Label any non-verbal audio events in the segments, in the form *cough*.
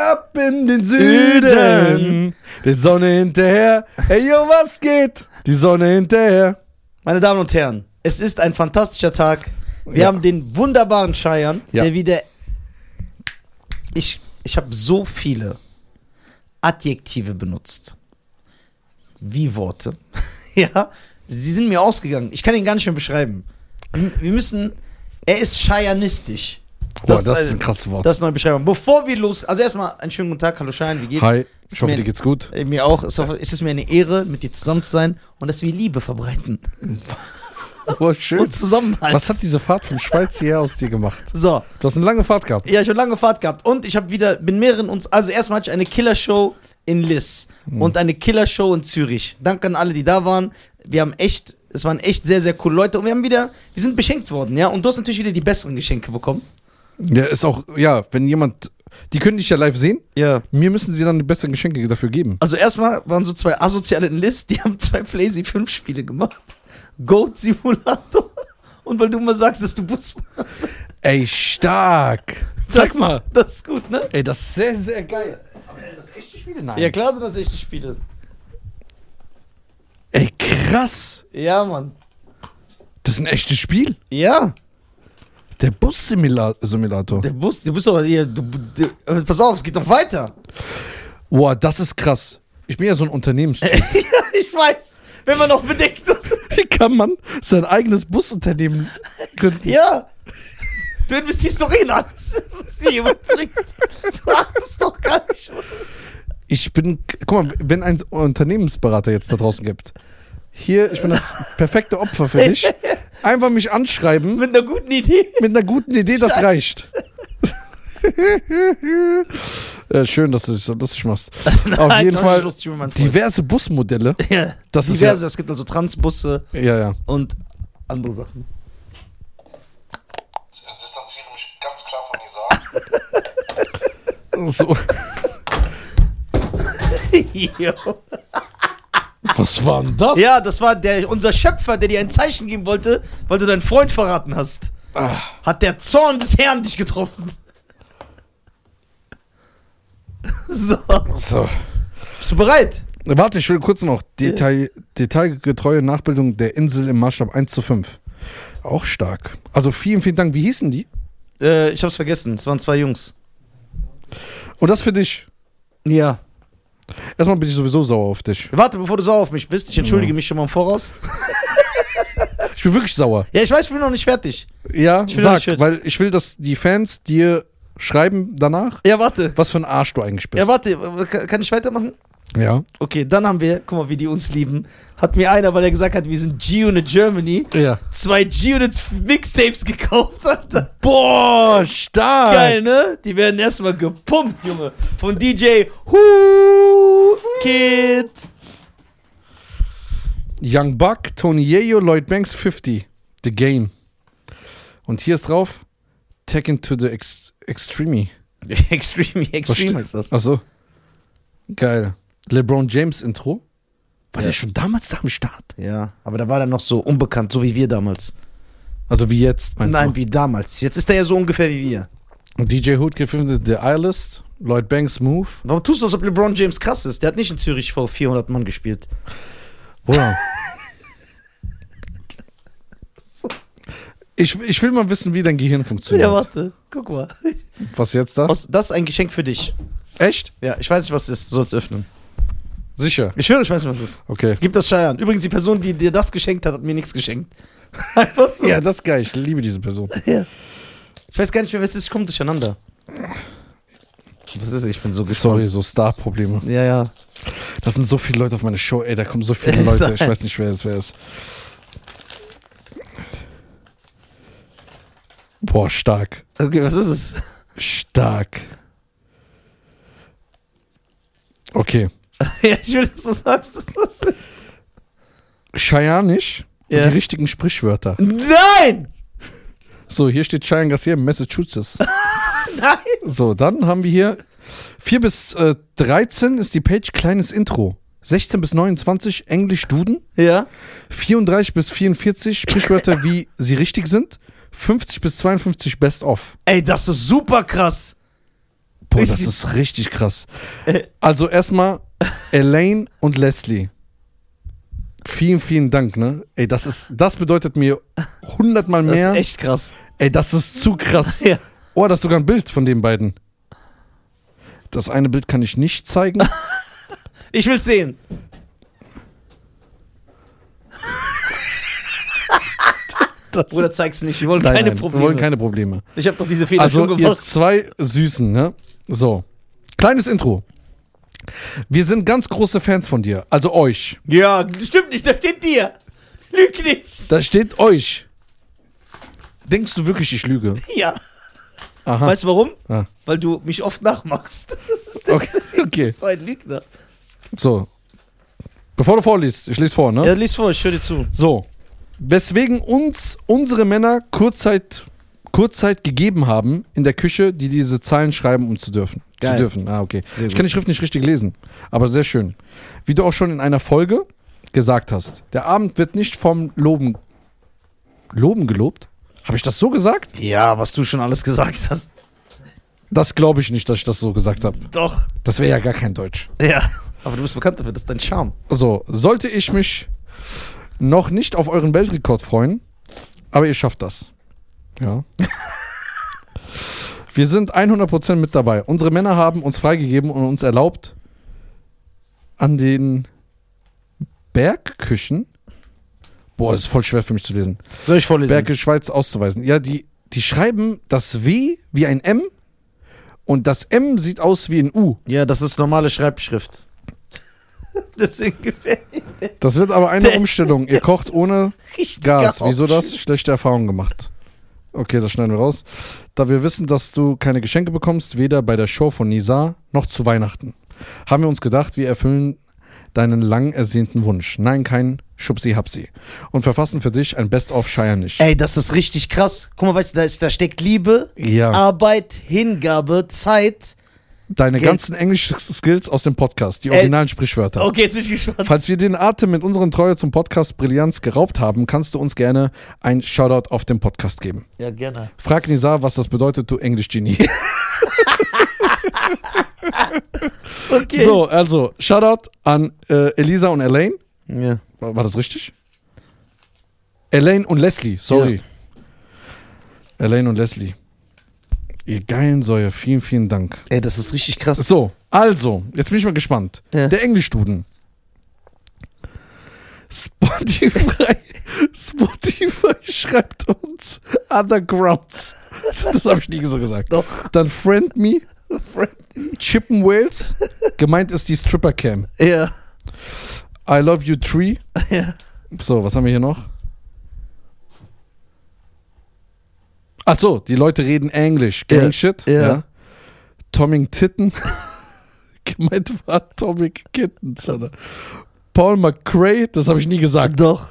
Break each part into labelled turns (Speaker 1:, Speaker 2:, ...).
Speaker 1: ab in den Süden. Der Sonne hinterher. Hey, yo, was geht? Die Sonne hinterher.
Speaker 2: Meine Damen und Herren, es ist ein fantastischer Tag. Wir
Speaker 1: Ja.
Speaker 2: haben den wunderbaren Scheiern,
Speaker 1: Ja.
Speaker 2: der wieder. Ich, ich habe so viele Adjektive benutzt. Wie Worte. *laughs* ja, sie sind mir ausgegangen. Ich kann ihn gar nicht mehr beschreiben. Wir wir müssen. Er ist scheianistisch.
Speaker 1: Boah, das
Speaker 2: also-
Speaker 1: ist ein krasses Wort.
Speaker 2: Das ist eine neue Beschreibung. Bevor wir los. Also erstmal einen schönen guten Tag. Hallo Schein, wie geht's?
Speaker 1: Hi,
Speaker 2: Ist
Speaker 1: ich hoffe,
Speaker 2: mir-
Speaker 1: dir geht's *laughs* gut.
Speaker 2: Äh, Mir auch. Es hoffe- es ist mir eine Ehre, mit dir zusammen zu sein und dass wir Liebe verbreiten
Speaker 1: Boah, Oh, schön.
Speaker 2: und Zusammenhalt.
Speaker 1: Was hat diese Fahrt vom Schweiz hierher aus dir gemacht?
Speaker 2: So,
Speaker 1: Du hast eine lange Fahrt gehabt.
Speaker 2: ja, ich habe lange Fahrt gehabt und ich habe wieder bin mehreren uns. Also erstmal hatte ich eine Killershow in Liss und eine Killershow in Zürich. Danke an alle, die da waren. Wir haben echt, es waren echt sehr sehr coole Leute und wir haben wieder, wir sind beschenkt worden, ja. Und du hast natürlich wieder die besseren Geschenke bekommen.
Speaker 1: Ja, ist auch, ja, wenn jemand, die können dich ja live sehen.
Speaker 2: Ja.
Speaker 1: Mir müssen sie dann die besseren Geschenke dafür geben.
Speaker 2: Also erstmal waren so zwei asoziale in List, die *laughs* haben zwei Playsy 5 Spiele gemacht. Goat Simulator. Und weil du mal sagst, dass du Busfahrer
Speaker 1: Ey, stark.
Speaker 2: das- Das ist gut, ne?
Speaker 1: Ey, das ist sehr, sehr geil. Aber sind das echte Spiele? Nein.
Speaker 2: Ja, klar sind das echte Spiele.
Speaker 1: Ey, krass.
Speaker 2: Ja, Mann.
Speaker 1: Das ist ein echtes Spiel.
Speaker 2: Ja.
Speaker 1: Der Bus-Simulator.
Speaker 2: Der Bus, du bist doch hier. Du, du, äh, pass auf, es geht noch weiter. *laughs*
Speaker 1: Boah, das ist krass. Ich bin ja so ein Unternehmenstyp.
Speaker 2: ich weiß, wenn man noch bedenkt. was-
Speaker 1: *laughs* Wie kann man sein eigenes Busunternehmen gründen?
Speaker 2: ja. Du investierst doch eh in alles, was dir *laughs* jemand bringt. Du achtest doch gar nicht.
Speaker 1: Ich bin, guck mal, wenn ein Unternehmensberater jetzt da draußen gibt, hier, ich bin das perfekte Opfer für dich. Einfach mich anschreiben
Speaker 2: Mit einer guten Idee.
Speaker 1: mit einer guten Idee, das reicht. *laughs* ja, schön, dass du dich so lustig *laughs* machst. Auf
Speaker 2: Nein,
Speaker 1: jeden
Speaker 2: doch nicht
Speaker 1: Fall
Speaker 2: lustig, mein Freund.
Speaker 1: diverse Busmodelle.
Speaker 2: Ja.
Speaker 1: Das ist
Speaker 2: Diverse, es gibt also Transbusse
Speaker 1: Ja, ja.
Speaker 2: und andere Sachen.
Speaker 3: Ich distanziere mich ganz klar von dieser.
Speaker 1: *laughs* So.
Speaker 2: *laughs* Jo.
Speaker 1: Was war denn das?
Speaker 2: ja, das war der, unser Schöpfer, der dir ein Zeichen geben wollte, weil du deinen Freund verraten hast.
Speaker 1: Ah.
Speaker 2: Hat der Zorn des Herrn dich getroffen. *laughs* So,
Speaker 1: So.
Speaker 2: bist du bereit?
Speaker 1: Warte, ich will kurz noch. Detail, Detailgetreue Nachbildung der Insel im Maßstab 1 zu 5. Auch stark. Also vielen, vielen Dank. Wie hießen die?
Speaker 2: Äh, ich hab's vergessen. Es waren zwei Jungs.
Speaker 1: Und das für dich.
Speaker 2: Ja.
Speaker 1: Erstmal bin ich sowieso sauer auf dich.
Speaker 2: Warte, bevor du sauer auf mich bist. Ich entschuldige mich schon mal im Voraus.
Speaker 1: Ich bin wirklich sauer.
Speaker 2: Ja, ich weiß, ich bin noch nicht fertig.
Speaker 1: Ja,
Speaker 2: bin auch
Speaker 1: sag,
Speaker 2: nicht schuld.
Speaker 1: weil ich will, dass die Fans dir schreiben danach,
Speaker 2: Ja, warte.
Speaker 1: was für ein Arsch du eigentlich bist.
Speaker 2: Ja, warte. Ka- Kann ich weitermachen?
Speaker 1: Ja.
Speaker 2: Okay, dann haben wir, guck mal, wie die uns lieben. Hat mir einer, weil er gesagt hat, wir sind G-Unit Germany,
Speaker 1: Ja.
Speaker 2: zwei G-Unit Mixtapes gekauft, *laughs* Alter.
Speaker 1: Boah, stark.
Speaker 2: Geil, ne? Die werden erstmal gepumpt, Junge. Von DJ Who Kid.
Speaker 1: Young Buck, Tony Yeo, Lloyd Banks, 50. The Game. Und hier ist drauf, Taken to the Ex Extreme.
Speaker 2: *laughs* Extreme, Extreme ist das.
Speaker 1: Achso. Geil. LeBron James Intro. War
Speaker 2: Ja.
Speaker 1: der schon damals da am Start?
Speaker 2: Ja, aber da war er noch so unbekannt, so wie wir damals.
Speaker 1: Also wie jetzt, meinst
Speaker 2: Nein, wie damals. Jetzt ist er ja so ungefähr wie wir.
Speaker 1: du? Und DJ Hood gefunden, The Island, Lloyd Banks Move.
Speaker 2: Warum tust du das, ob LeBron James krass ist? Der hat nicht in Zürich vor 400 Mann gespielt. *laughs*
Speaker 1: Wow. ich, ich will mal wissen, wie dein Gehirn funktioniert.
Speaker 2: warte. Guck mal.
Speaker 1: Was jetzt da?
Speaker 2: Aus- Das ist ein Geschenk für dich.
Speaker 1: Echt?
Speaker 2: Ja, ich weiß nicht, was es ist. Du sollst öffnen.
Speaker 1: Sicher.
Speaker 2: Ich schwöre, ich weiß nicht, was es ist.
Speaker 1: Okay.
Speaker 2: Gib das Scheiern. Übrigens, die Person, die dir das geschenkt hat, hat mir nichts geschenkt. *laughs* Einfach so.
Speaker 1: Ja, das ist geil. Ich liebe diese Person.
Speaker 2: Ich weiß gar nicht mehr, was es ist. Ich komme durcheinander. Was ist das? Ich bin so gespannt.
Speaker 1: Sorry, so Star-Probleme.
Speaker 2: Ja, ja.
Speaker 1: Das sind so viele Leute auf meine Show. Ey, da kommen so viele Leute. Ich weiß nicht, wer es wer ist. Boah, stark.
Speaker 2: Okay, was ist es?
Speaker 1: Stark. Okay.
Speaker 2: *laughs* ja, ich will, dass du sagst, was das ist.
Speaker 1: Cheyanisch
Speaker 2: Ja.
Speaker 1: und die richtigen Sprichwörter.
Speaker 2: Nein!
Speaker 1: So, hier steht Cheyenne Garcia, Massachusetts.
Speaker 2: Nein!
Speaker 1: So, dann haben wir hier 4 bis äh, 13 ist die Page kleines Intro. 16 bis 29 Englisch Duden.
Speaker 2: Ja?
Speaker 1: 34 bis 44 Sprichwörter, wie sie richtig sind. 50 bis 52 Best of.
Speaker 2: Ey, das ist super krass.
Speaker 1: Boah, das ist richtig krass.
Speaker 2: Äh,
Speaker 1: Also erstmal Elaine und Leslie. Vielen, vielen Dank, ne? Ey, das ist, das bedeutet mir hundertmal
Speaker 2: das
Speaker 1: mehr.
Speaker 2: ist echt krass.
Speaker 1: Ey, das ist zu krass.
Speaker 2: Ja.
Speaker 1: Oh, das ist sogar ein Bild von den beiden. Das eine Bild kann ich nicht
Speaker 2: *laughs*
Speaker 1: zeigen.
Speaker 2: Ich will's sehen.
Speaker 1: Das
Speaker 2: Bruder, zeig's nicht. Wir wollen
Speaker 1: nein,
Speaker 2: keine
Speaker 1: nein,
Speaker 2: Probleme.
Speaker 1: Wir wollen keine Probleme.
Speaker 2: ich habe doch diese Fehler
Speaker 1: also
Speaker 2: schon
Speaker 1: ihr
Speaker 2: gemacht.
Speaker 1: zwei Süßen, ne? So. Kleines Intro. Wir sind ganz große Fans von dir. Also euch.
Speaker 2: Ja, stimmt nicht. Da steht dir. Lüg nicht.
Speaker 1: Da steht euch. Denkst du wirklich, ich lüge?
Speaker 2: Ja.
Speaker 1: Aha.
Speaker 2: Weißt du warum?
Speaker 1: Ah.
Speaker 2: Weil du mich oft nachmachst. *laughs*
Speaker 1: Okay. *laughs* okay.
Speaker 2: So ein Lügner.
Speaker 1: So. Bevor du vorliest, ich lese vor, ne?
Speaker 2: Ja, lies vor, ich höre dir zu.
Speaker 1: So. Weswegen uns unsere Männer Kurzzeit, Kurzzeit gegeben haben in der Küche, die diese Zahlen schreiben, um zu dürfen.
Speaker 2: Geil.
Speaker 1: Zu dürfen. Ah, okay.
Speaker 2: Sehr
Speaker 1: ich
Speaker 2: gut.
Speaker 1: kann die Schrift nicht richtig lesen, aber sehr schön. Wie du auch schon in einer Folge gesagt hast, der Abend wird nicht vom Loben. Loben gelobt? Habe ich das so gesagt?
Speaker 2: Ja, was du schon alles gesagt hast.
Speaker 1: Das glaube ich nicht, dass ich das so gesagt habe.
Speaker 2: Doch.
Speaker 1: Das wäre ja gar kein Deutsch.
Speaker 2: Ja. Aber du bist bekannt dafür, das ist dein Charme.
Speaker 1: So, sollte ich mich noch nicht auf euren Weltrekord freuen, aber ihr schafft das. Ja. Wir sind 100% mit dabei. Unsere Männer haben uns freigegeben und uns erlaubt, an den Bergküchen. Boah, das ist voll schwer für mich zu lesen.
Speaker 2: Soll ich vorlesen?
Speaker 1: Berge Schweiz auszuweisen. Ja, die, die schreiben das W wie ein M und das M sieht aus wie ein U.
Speaker 2: Ja, das ist normale *laughs* Schreibschrift. Deswegen gefällt mir
Speaker 1: Das wird aber eine Umstellung. Ihr kocht ohne
Speaker 2: *laughs* richtig.
Speaker 1: Gas, wieso das? Schlechte Erfahrungen gemacht. Okay, das schneiden wir raus. Da wir wissen, dass du keine Geschenke bekommst, weder bei der Show von Nizar noch zu Weihnachten, haben wir uns gedacht, wir erfüllen deinen lang ersehnten Wunsch. Nein, kein Schubsi-Hapsi. Und verfassen für dich ein Best-of Shire nicht.
Speaker 2: Ey, das ist richtig krass. Guck mal, weißt du, da, ist, da steckt Liebe,
Speaker 1: Ja.
Speaker 2: Arbeit, Hingabe, Zeit.
Speaker 1: Deine
Speaker 2: Geld.
Speaker 1: ganzen englischen Skills aus dem Podcast, die
Speaker 2: Ey.
Speaker 1: originalen Sprichwörter.
Speaker 2: Äh, Okay, jetzt bin ich gespannt.
Speaker 1: Falls wir den Atem mit unseren Treue zum Podcast Brillanz geraubt haben, kannst du uns gerne ein Shoutout auf dem Podcast geben.
Speaker 2: Ja, gerne.
Speaker 1: Frag Nizar, was das bedeutet, du Englisch-Genie. *laughs*
Speaker 2: Okay.
Speaker 1: So, also, Shoutout an äh, Elisa und Elaine.
Speaker 2: Ja.
Speaker 1: War, war das richtig? Elaine und Leslie, sorry. Elaine und Leslie. Ihr geilen Säuer, vielen, vielen Dank.
Speaker 2: Ey, das ist richtig krass.
Speaker 1: So, also, jetzt bin ich mal gespannt.
Speaker 2: Ja.
Speaker 1: Der Englischduden. Spotify, *laughs* Spotify schreibt uns Undergrounds. Das habe ich nie so gesagt.
Speaker 2: Doch.
Speaker 1: Dann Friend Me, Chippen Wales. Gemeint ist die Stripper Cam.
Speaker 2: Ja.
Speaker 1: I Love You Tree.
Speaker 2: Ja.
Speaker 1: So, was haben wir hier noch? Ach so, die Leute reden Englisch. Gang
Speaker 2: Ja,
Speaker 1: Shit.
Speaker 2: ja.
Speaker 1: Tomming Titten. *laughs* Gemeint war Tomic Kittens. Oder? Paul McCray, das habe ich nie gesagt.
Speaker 2: Doch.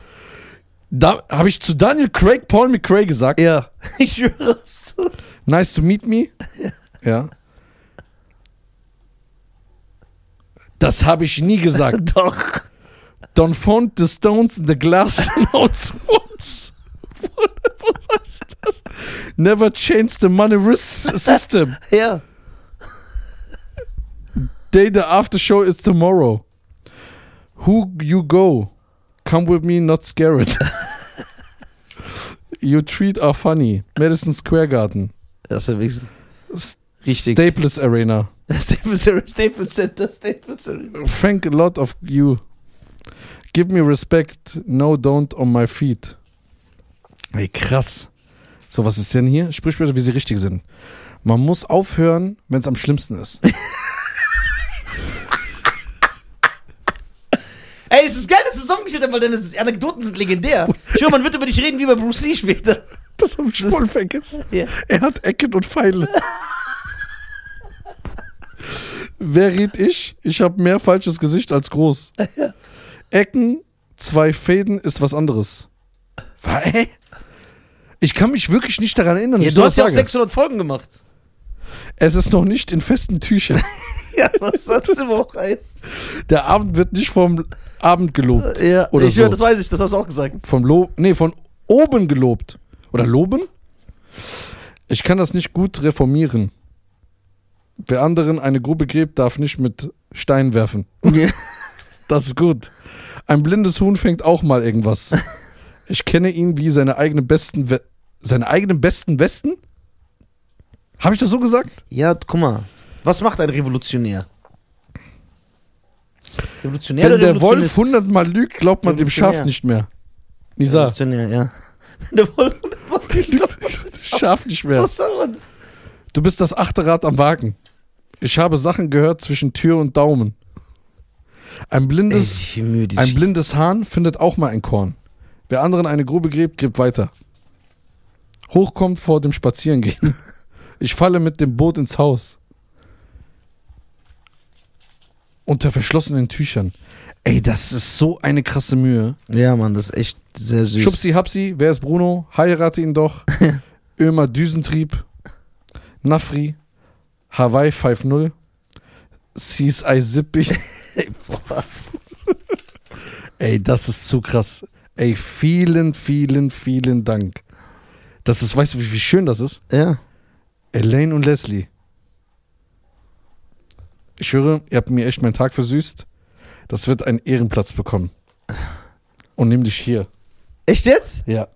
Speaker 1: Da habe ich zu Daniel Craig Paul McCray gesagt.
Speaker 2: Ja. Ich schwöre es.
Speaker 1: Nice to meet
Speaker 2: *laughs*
Speaker 1: me. Ja. Das habe ich nie
Speaker 2: *laughs*
Speaker 1: gesagt.
Speaker 2: Doch.
Speaker 1: Don't font the stones in the glass *laughs* notes once. Was heißt das? Never change the money risk system.
Speaker 2: Ja.
Speaker 1: Day the after show is tomorrow. Who you go? Come with me, not scared. you treat are funny. Madison Square Garden.
Speaker 2: Das ist wenigstens.
Speaker 1: S-
Speaker 2: Richtig.
Speaker 1: Staples Arena.
Speaker 2: Staples Center, Staples Center, Staples Center.
Speaker 1: Thank a lot of you. Give me respect. No, don't on my feet. Ey, krass. So, was ist denn hier? Sprichwörter, wie sie richtig sind. Man muss aufhören, wenn es am schlimmsten ist.
Speaker 2: Ey, es ist geil, dass du zusammengestellt hast, weil deine Anekdoten sind legendär. Ich höre, man wird über dich reden wie über Bruce Lee später.
Speaker 1: Das habe ich voll vergessen.
Speaker 2: Ja.
Speaker 1: Er hat Ecken und Pfeile. Wer riet ich? Ich habe mehr falsches Gesicht als groß. Ecken, zwei Fäden ist was anderes. Wa- hä? Ich kann mich wirklich nicht daran erinnern. dass
Speaker 2: Ja,
Speaker 1: ich
Speaker 2: du
Speaker 1: sowas
Speaker 2: hast ja auch
Speaker 1: sage.
Speaker 2: 600 Folgen gemacht.
Speaker 1: Es ist noch nicht in festen Tüchern.
Speaker 2: *laughs* Ja, was das immer auch heißt.
Speaker 1: Der Abend wird nicht vom Abend gelobt.
Speaker 2: Äh, Ja,
Speaker 1: Oder
Speaker 2: ich
Speaker 1: so.
Speaker 2: höre, das weiß ich, das hast du auch gesagt.
Speaker 1: Vom Lob, nee, von oben gelobt. Oder loben? Ich kann das nicht gut reformieren. Wer anderen eine Grube gräbt, darf nicht mit Stein werfen. Das ist gut. Ein blindes Huhn fängt auch mal
Speaker 2: *laughs*
Speaker 1: irgendwas. Ich kenne ihn wie seine eigenen besten We seine eigenen besten Westen? Habe ich das so gesagt?
Speaker 2: Ja, guck mal. Was macht ein Revolutionär? Revolutionär
Speaker 1: Wenn
Speaker 2: oder
Speaker 1: der Wolf
Speaker 2: Revolutionist?
Speaker 1: hundertmal lügt, glaubt man dem
Speaker 2: Revolutionär.
Speaker 1: Schaf nicht mehr. Nisa,
Speaker 2: Revolutionär, ja. Wenn der Wolf hundertmal lügt, *laughs*
Speaker 1: *laughs* Schaf nicht mehr.
Speaker 2: was soll man?
Speaker 1: Du bist das achte Rad am Wagen. Ich habe Sachen gehört zwischen Tür und Daumen. Ein
Speaker 2: Ey,
Speaker 1: blindes
Speaker 2: wie müde ich
Speaker 1: Ein blindes Hahn findet auch mal ein Korn. Wer anderen eine Grube gräbt, gräbt weiter. Hochkommt vor dem Spazierengehen. Ich falle mit dem Boot ins Haus. Unter verschlossenen Tüchern. Ey, das ist so eine krasse Mühe.
Speaker 2: Ja, Mann, das ist echt sehr süß.
Speaker 1: Schubsi, Hapsi, wer ist Bruno? Heirate ihn *laughs* doch. Ömer Düsentrieb. Nafri. Hawaii 5-0. CSI Sippig. *laughs* Ey, das ist zu krass. Ey, vielen, vielen, vielen Dank. Das ist, weißt du, wie, wie schön das ist?
Speaker 2: Ja.
Speaker 1: Elaine und Leslie. Ich höre, ihr habt mir echt meinen Tag versüßt. Das wird einen Ehrenplatz bekommen. Und nimm dich hier.
Speaker 2: Echt jetzt?
Speaker 1: Ja.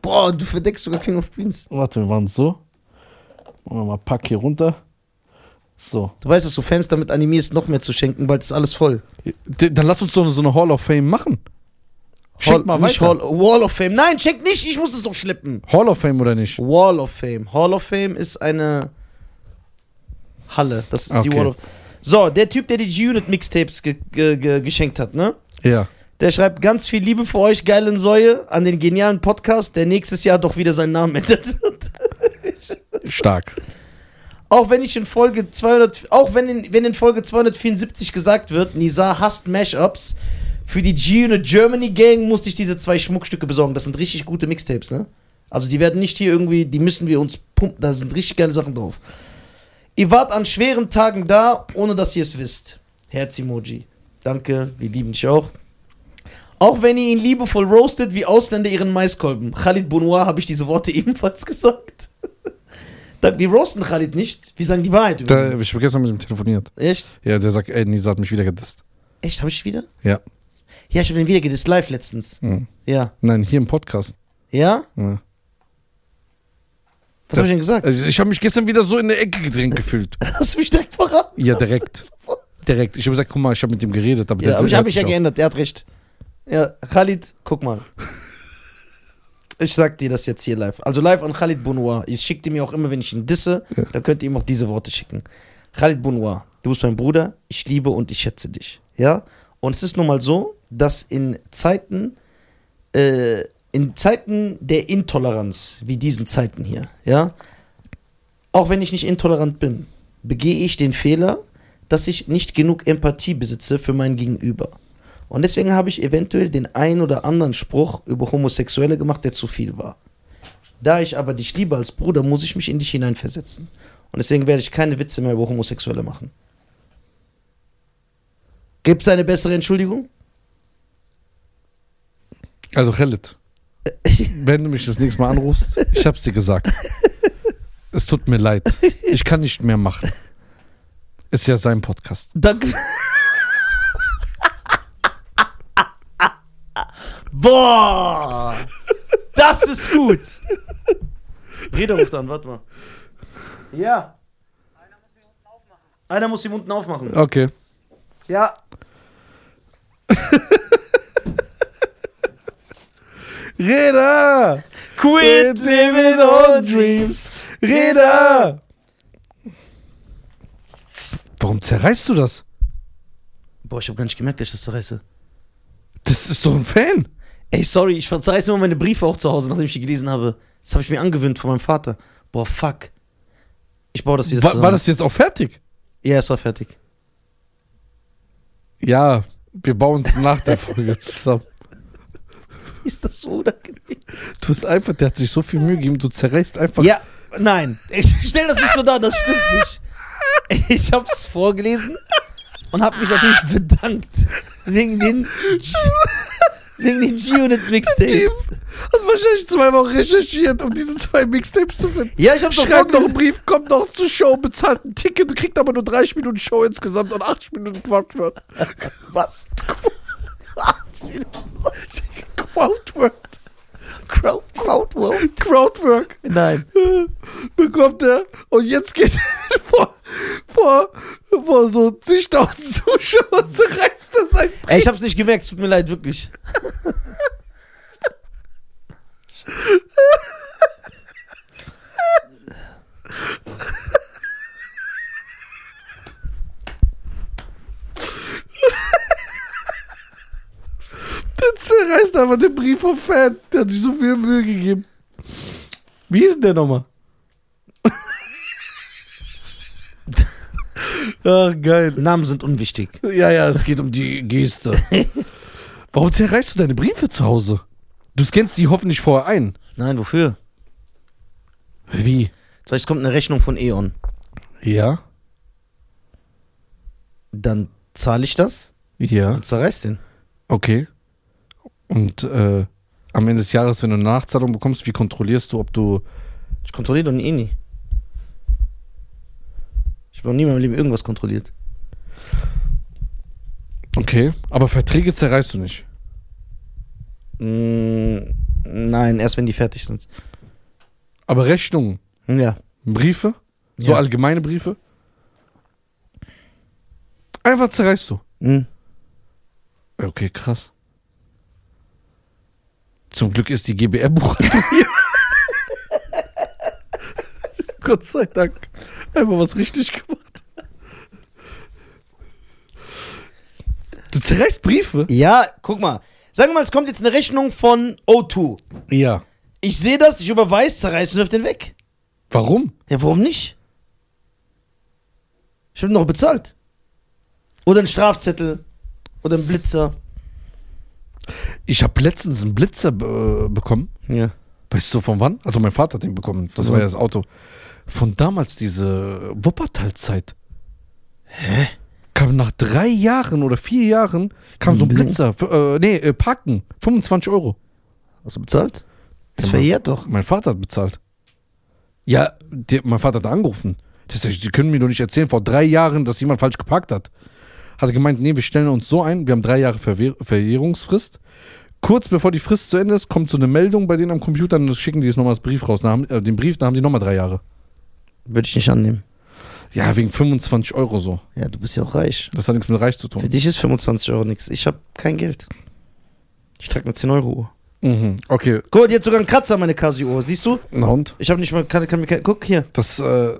Speaker 2: Boah, du verdeckst sogar King of Queens.
Speaker 1: Warte, wir machen es so. Machen wir mal Pack hier runter. So.
Speaker 2: Du weißt, dass du Fans damit animierst, noch mehr zu schenken, bald ist alles voll.
Speaker 1: D- Dann lass uns so eine, so eine Hall of Fame machen.
Speaker 2: Hall- nicht Hall, Wall of Fame. Nein, check nicht, ich muss es doch schleppen.
Speaker 1: Hall of Fame oder nicht?
Speaker 2: Wall of Fame. Hall of Fame ist eine Halle. Das ist die
Speaker 1: Okay.
Speaker 2: Wall of So, der Typ, der die G-Unit-Mixtapes ge ge ge geschenkt hat, ne?
Speaker 1: Ja.
Speaker 2: Der schreibt ganz viel Liebe für euch, geilen Säue, an den genialen Podcast, der nächstes Jahr doch wieder seinen Namen ändert *laughs* wird.
Speaker 1: Stark.
Speaker 2: Auch wenn ich in Folge 200, auch wenn in, wenn in Folge 274 gesagt wird, Nizar hasst Mashups, für die G-Unit Germany Gang musste ich diese zwei Schmuckstücke besorgen. Das sind richtig gute Mixtapes, ne? Also die werden nicht hier irgendwie, die müssen wir uns pumpen, da sind richtig geile Sachen drauf. Ihr wart an schweren Tagen da, ohne dass ihr es wisst. Herz-Emoji. Danke, wir lieben dich auch. Auch wenn ihr ihn liebevoll roastet, wie Ausländer ihren Maiskolben. Khalid Bonoir habe ich diese Worte *laughs* ebenfalls gesagt. *laughs* Da- Wir roasten Khalid nicht, wir sagen die Wahrheit über
Speaker 1: Da,
Speaker 2: ihn.
Speaker 1: ich habe gestern mit ihm telefoniert.
Speaker 2: Echt?
Speaker 1: Ja, der sagt, ey, Nisa hat mich wieder gedisst.
Speaker 2: Echt, habe ich wieder?
Speaker 1: Ja.
Speaker 2: Ja, ich habe ihn wieder gedisst, live letztens.
Speaker 1: Mhm.
Speaker 2: Ja.
Speaker 1: Nein, hier im Podcast.
Speaker 2: Ja?
Speaker 1: Ja.
Speaker 2: Was habe ich denn gesagt? *laughs*
Speaker 1: Also ich habe mich gestern wieder so in der Ecke gedrängt gefühlt.
Speaker 2: Hast du mich direkt verraten?
Speaker 1: Ja, *laughs* direkt. Direkt. Ich habe gesagt, guck mal, ich habe mit ihm geredet. Aber
Speaker 2: Ja,
Speaker 1: der
Speaker 2: aber ich
Speaker 1: der
Speaker 2: habe
Speaker 1: hat
Speaker 2: mich ja
Speaker 1: auch-
Speaker 2: geändert, er hat recht. Ja, Khalid, guck mal. Ich sag dir das jetzt hier live. Also live an Khalid Bonoir. Ihr schickt ihm ja auch immer, wenn ich ihn disse, dann könnt ihr ihm auch diese Worte schicken. Khalid Bonoir, du bist mein Bruder, ich liebe und ich schätze dich. Ja? Und es ist nun mal so, dass in Zeiten, äh, in Zeiten der Intoleranz, wie diesen Zeiten hier, ja, auch wenn ich nicht intolerant bin, begehe ich den Fehler, dass ich nicht genug Empathie besitze für mein Gegenüber. Und deswegen habe ich eventuell den einen oder anderen Spruch über Homosexuelle gemacht, der zu viel war. Da ich aber dich liebe als Bruder, muss ich mich in dich hineinversetzen. Und deswegen werde ich keine Witze mehr über Homosexuelle machen. Gibt es eine bessere Entschuldigung?
Speaker 1: Also Khalid, *laughs* wenn du mich das nächste Mal anrufst, ich hab's dir gesagt. Es tut mir leid. Ich kann nicht mehr machen. Ist ja sein Podcast.
Speaker 2: Danke. *laughs* Boah! Das ist gut! Rede ruft an, warte mal. Ja. Einer muss die Munden aufmachen.
Speaker 1: Okay.
Speaker 2: Ja.
Speaker 1: Reda!
Speaker 2: Quit
Speaker 1: living on dreams! Reda! Warum zerreißt du das?
Speaker 2: Boah, ich hab gar nicht gemerkt, dass ich das zerreiße.
Speaker 1: Das ist doch ein Fan!
Speaker 2: Ey, sorry, ich zerreiße immer meine Briefe auch zu Hause, nachdem ich die gelesen habe. Das habe ich mir angewöhnt von meinem Vater. Boah, fuck. Ich baue das wieder
Speaker 1: War,
Speaker 2: zusammen.
Speaker 1: war das jetzt auch fertig?
Speaker 2: Ja, es war fertig.
Speaker 1: Ja, wir bauen es nach der Folge zusammen.
Speaker 2: Ist das so unangenehm?
Speaker 1: Du bist einfach, der hat sich so viel Mühe gegeben, du zerreißt einfach.
Speaker 2: Ja, nein. Ich stell das nicht so dar, das stimmt nicht. Ich hab's vorgelesen und hab mich natürlich bedankt. Wegen den, G- wegen den G-Unit Mixtapes.
Speaker 1: Hat wahrscheinlich zwei Wochen recherchiert, um diese zwei Mixtapes zu finden.
Speaker 2: Ja, ich hab's doch
Speaker 1: Schreib noch
Speaker 2: vorgelesen.
Speaker 1: einen Brief, kommt noch zur Show, bezahlt ein Ticket, kriegt aber nur 30 Minuten Show insgesamt und 80 Minuten Crowdwork.
Speaker 2: Was?
Speaker 1: Crowdwork.
Speaker 2: Crowd, Crowdworld?
Speaker 1: Crowdwork.
Speaker 2: Nein.
Speaker 1: Bekommt er. Und jetzt geht er vor, vor, vor so zigtausend Zuschauern, zerreißt er sein
Speaker 2: Ey, ich hab's nicht gemerkt, es tut mir leid, wirklich.
Speaker 1: Der zerreißt einfach den Brief vom Fan. Der hat sich so viel Mühe gegeben. Wie hieß denn der nochmal?
Speaker 2: Ah,
Speaker 1: Ach, geil.
Speaker 2: Namen sind unwichtig.
Speaker 1: Ja, ja, es geht um die *laughs* Geste. Warum zerreißt du deine Briefe zu Hause? Du scannst die hoffentlich vorher ein.
Speaker 2: Nein, wofür?
Speaker 1: Wie?
Speaker 2: Vielleicht kommt eine Rechnung von E.ON.
Speaker 1: Ja?
Speaker 2: Dann zahle ich das
Speaker 1: Ja.
Speaker 2: und zerreiß den.
Speaker 1: Okay. Und äh, am Ende des Jahres, wenn du eine Nachzahlung bekommst, wie kontrollierst du, ob du.
Speaker 2: Ich kontrolliere doch eh nie. Ich habe noch nie in meinem Leben irgendwas kontrolliert.
Speaker 1: Okay. Aber Verträge zerreißt du nicht.
Speaker 2: Mm, nein, erst wenn die fertig sind. Hm,
Speaker 1: Aber Rechnungen.
Speaker 2: Ja.
Speaker 1: Briefe? So
Speaker 2: Ja.
Speaker 1: allgemeine Briefe? Einfach zerreißt du.
Speaker 2: Hm.
Speaker 1: Okay, krass. Zum Glück ist die GBR-Buchhaltung hier. *laughs* Gott sei Dank. Einfach was richtig gemacht. Du zerreißt Briefe?
Speaker 2: Ja, guck mal. Sagen wir mal, es kommt jetzt eine Rechnung von O2.
Speaker 1: Ja.
Speaker 2: Ich sehe das, ich überweise, zerreiße und wirf den weg.
Speaker 1: Warum?
Speaker 2: Ja, warum nicht? Ich habe noch bezahlt. Oder einen Strafzettel. Oder einen Blitzer.
Speaker 1: Ich habe letztens einen Blitzer äh, bekommen.
Speaker 2: Ja.
Speaker 1: Weißt du von wann? Also mein Vater hat den bekommen. Das war ja das Auto. Von damals diese Wuppertal-Zeit. Hä? Kam nach drei Jahren oder vier Jahren kam so ein Blitzer. F- Äh, nee, äh, Parken. 25 Euro.
Speaker 2: Hast du bezahlt? Das verjährt doch.
Speaker 1: Mein Vater hat bezahlt. Ja, der, mein Vater hat angerufen. Das, die können mir doch nicht erzählen, vor drei Jahren, dass jemand falsch geparkt hat. Hat er gemeint, nee, wir stellen uns so ein, wir haben drei Jahre Verwehr Verjährungsfrist. Kurz bevor die Frist zu Ende ist, kommt so eine Meldung bei denen am Computer und schicken die jetzt nochmal das Brief raus. Dann haben, äh, den Brief, dann haben die nochmal drei Jahre.
Speaker 2: Würde ich nicht annehmen.
Speaker 1: Ja, wegen 25 Euro so.
Speaker 2: Ja, du bist ja auch reich.
Speaker 1: Das hat nichts mit Reich zu
Speaker 2: Für
Speaker 1: tun.
Speaker 2: dich ist 25 Euro nichts. Ich habe kein Geld. Ich trage eine 10 Euro Uhr.
Speaker 1: Mhm. Okay,
Speaker 2: Guck mal, die hat sogar einen Kratzer, meine Casio-Uhr. Siehst du?
Speaker 1: na und?
Speaker 2: Ich habe nicht mal, kann, kann mir kein, guck hier.
Speaker 1: Das, äh,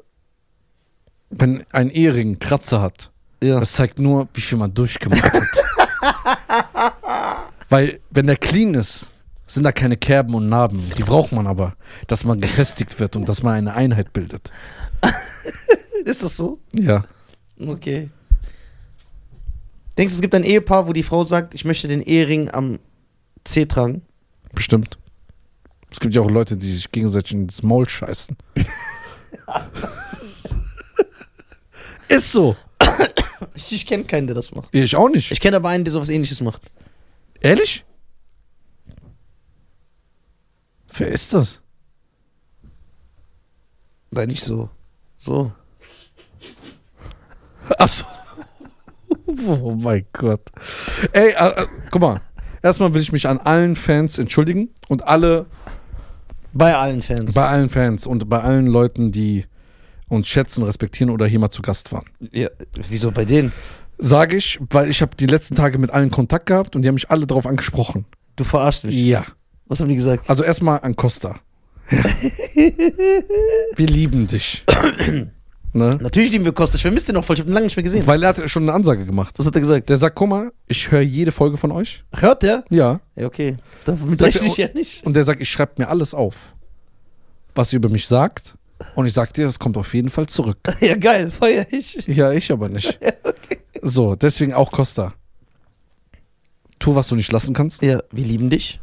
Speaker 1: wenn ein Ehering einen Kratzer hat,
Speaker 2: Ja.
Speaker 1: das zeigt nur, wie viel man durchgemacht *laughs* hat. Weil, wenn der clean ist, sind da keine Kerben und Narben. Die braucht man aber, dass man gefestigt wird und dass man eine Einheit bildet.
Speaker 2: Ist das so?
Speaker 1: Ja.
Speaker 2: Okay. Denkst du, es gibt ein Ehepaar, wo die Frau sagt, ich möchte den Ehering am C tragen?
Speaker 1: Bestimmt. Es gibt ja auch Leute, die sich gegenseitig ins Maul scheißen. *laughs* ist so.
Speaker 2: Ich, ich kenne keinen, der das macht.
Speaker 1: Ich auch nicht.
Speaker 2: Ich kenne aber einen, der sowas ähnliches macht.
Speaker 1: Ehrlich? Wer ist das?
Speaker 2: Nein, nicht so. So.
Speaker 1: Achso. Oh mein Gott. Ey, äh, äh, guck mal. Erstmal will ich mich an allen Fans entschuldigen und alle,
Speaker 2: Bei allen Fans.
Speaker 1: bei allen Fans und bei allen Leuten, die uns schätzen, respektieren oder hier mal zu Gast waren.
Speaker 2: ja, wieso bei denen?
Speaker 1: Sage ich, weil ich habe die letzten Tage mit allen Kontakt gehabt und die haben mich alle drauf angesprochen.
Speaker 2: Du verarschst mich.
Speaker 1: Ja.
Speaker 2: Was haben die gesagt?
Speaker 1: Also erstmal an Costa. Ja. Wir lieben dich. ne?
Speaker 2: Natürlich lieben wir Costa. Ich vermisse den noch voll. Ich habe ihn lange nicht mehr gesehen.
Speaker 1: Weil er hat schon eine Ansage gemacht.
Speaker 2: Was hat er gesagt?
Speaker 1: Der sagt, guck mal, ich höre jede Folge von euch.
Speaker 2: Hört der?
Speaker 1: Ja.
Speaker 2: Ja, okay. Damit
Speaker 1: Sagt
Speaker 2: rechne
Speaker 1: er
Speaker 2: ich ja nicht.
Speaker 1: Und der sagt, ich schreibe mir alles auf, was ihr über mich sagt. Und ich sag dir, das kommt auf jeden Fall zurück.
Speaker 2: *laughs* *laughs* Ja, geil. Feier ich.
Speaker 1: Ja, ich aber nicht. So, deswegen auch Costa. Tu, was du nicht lassen kannst.
Speaker 2: Ja, wir lieben dich.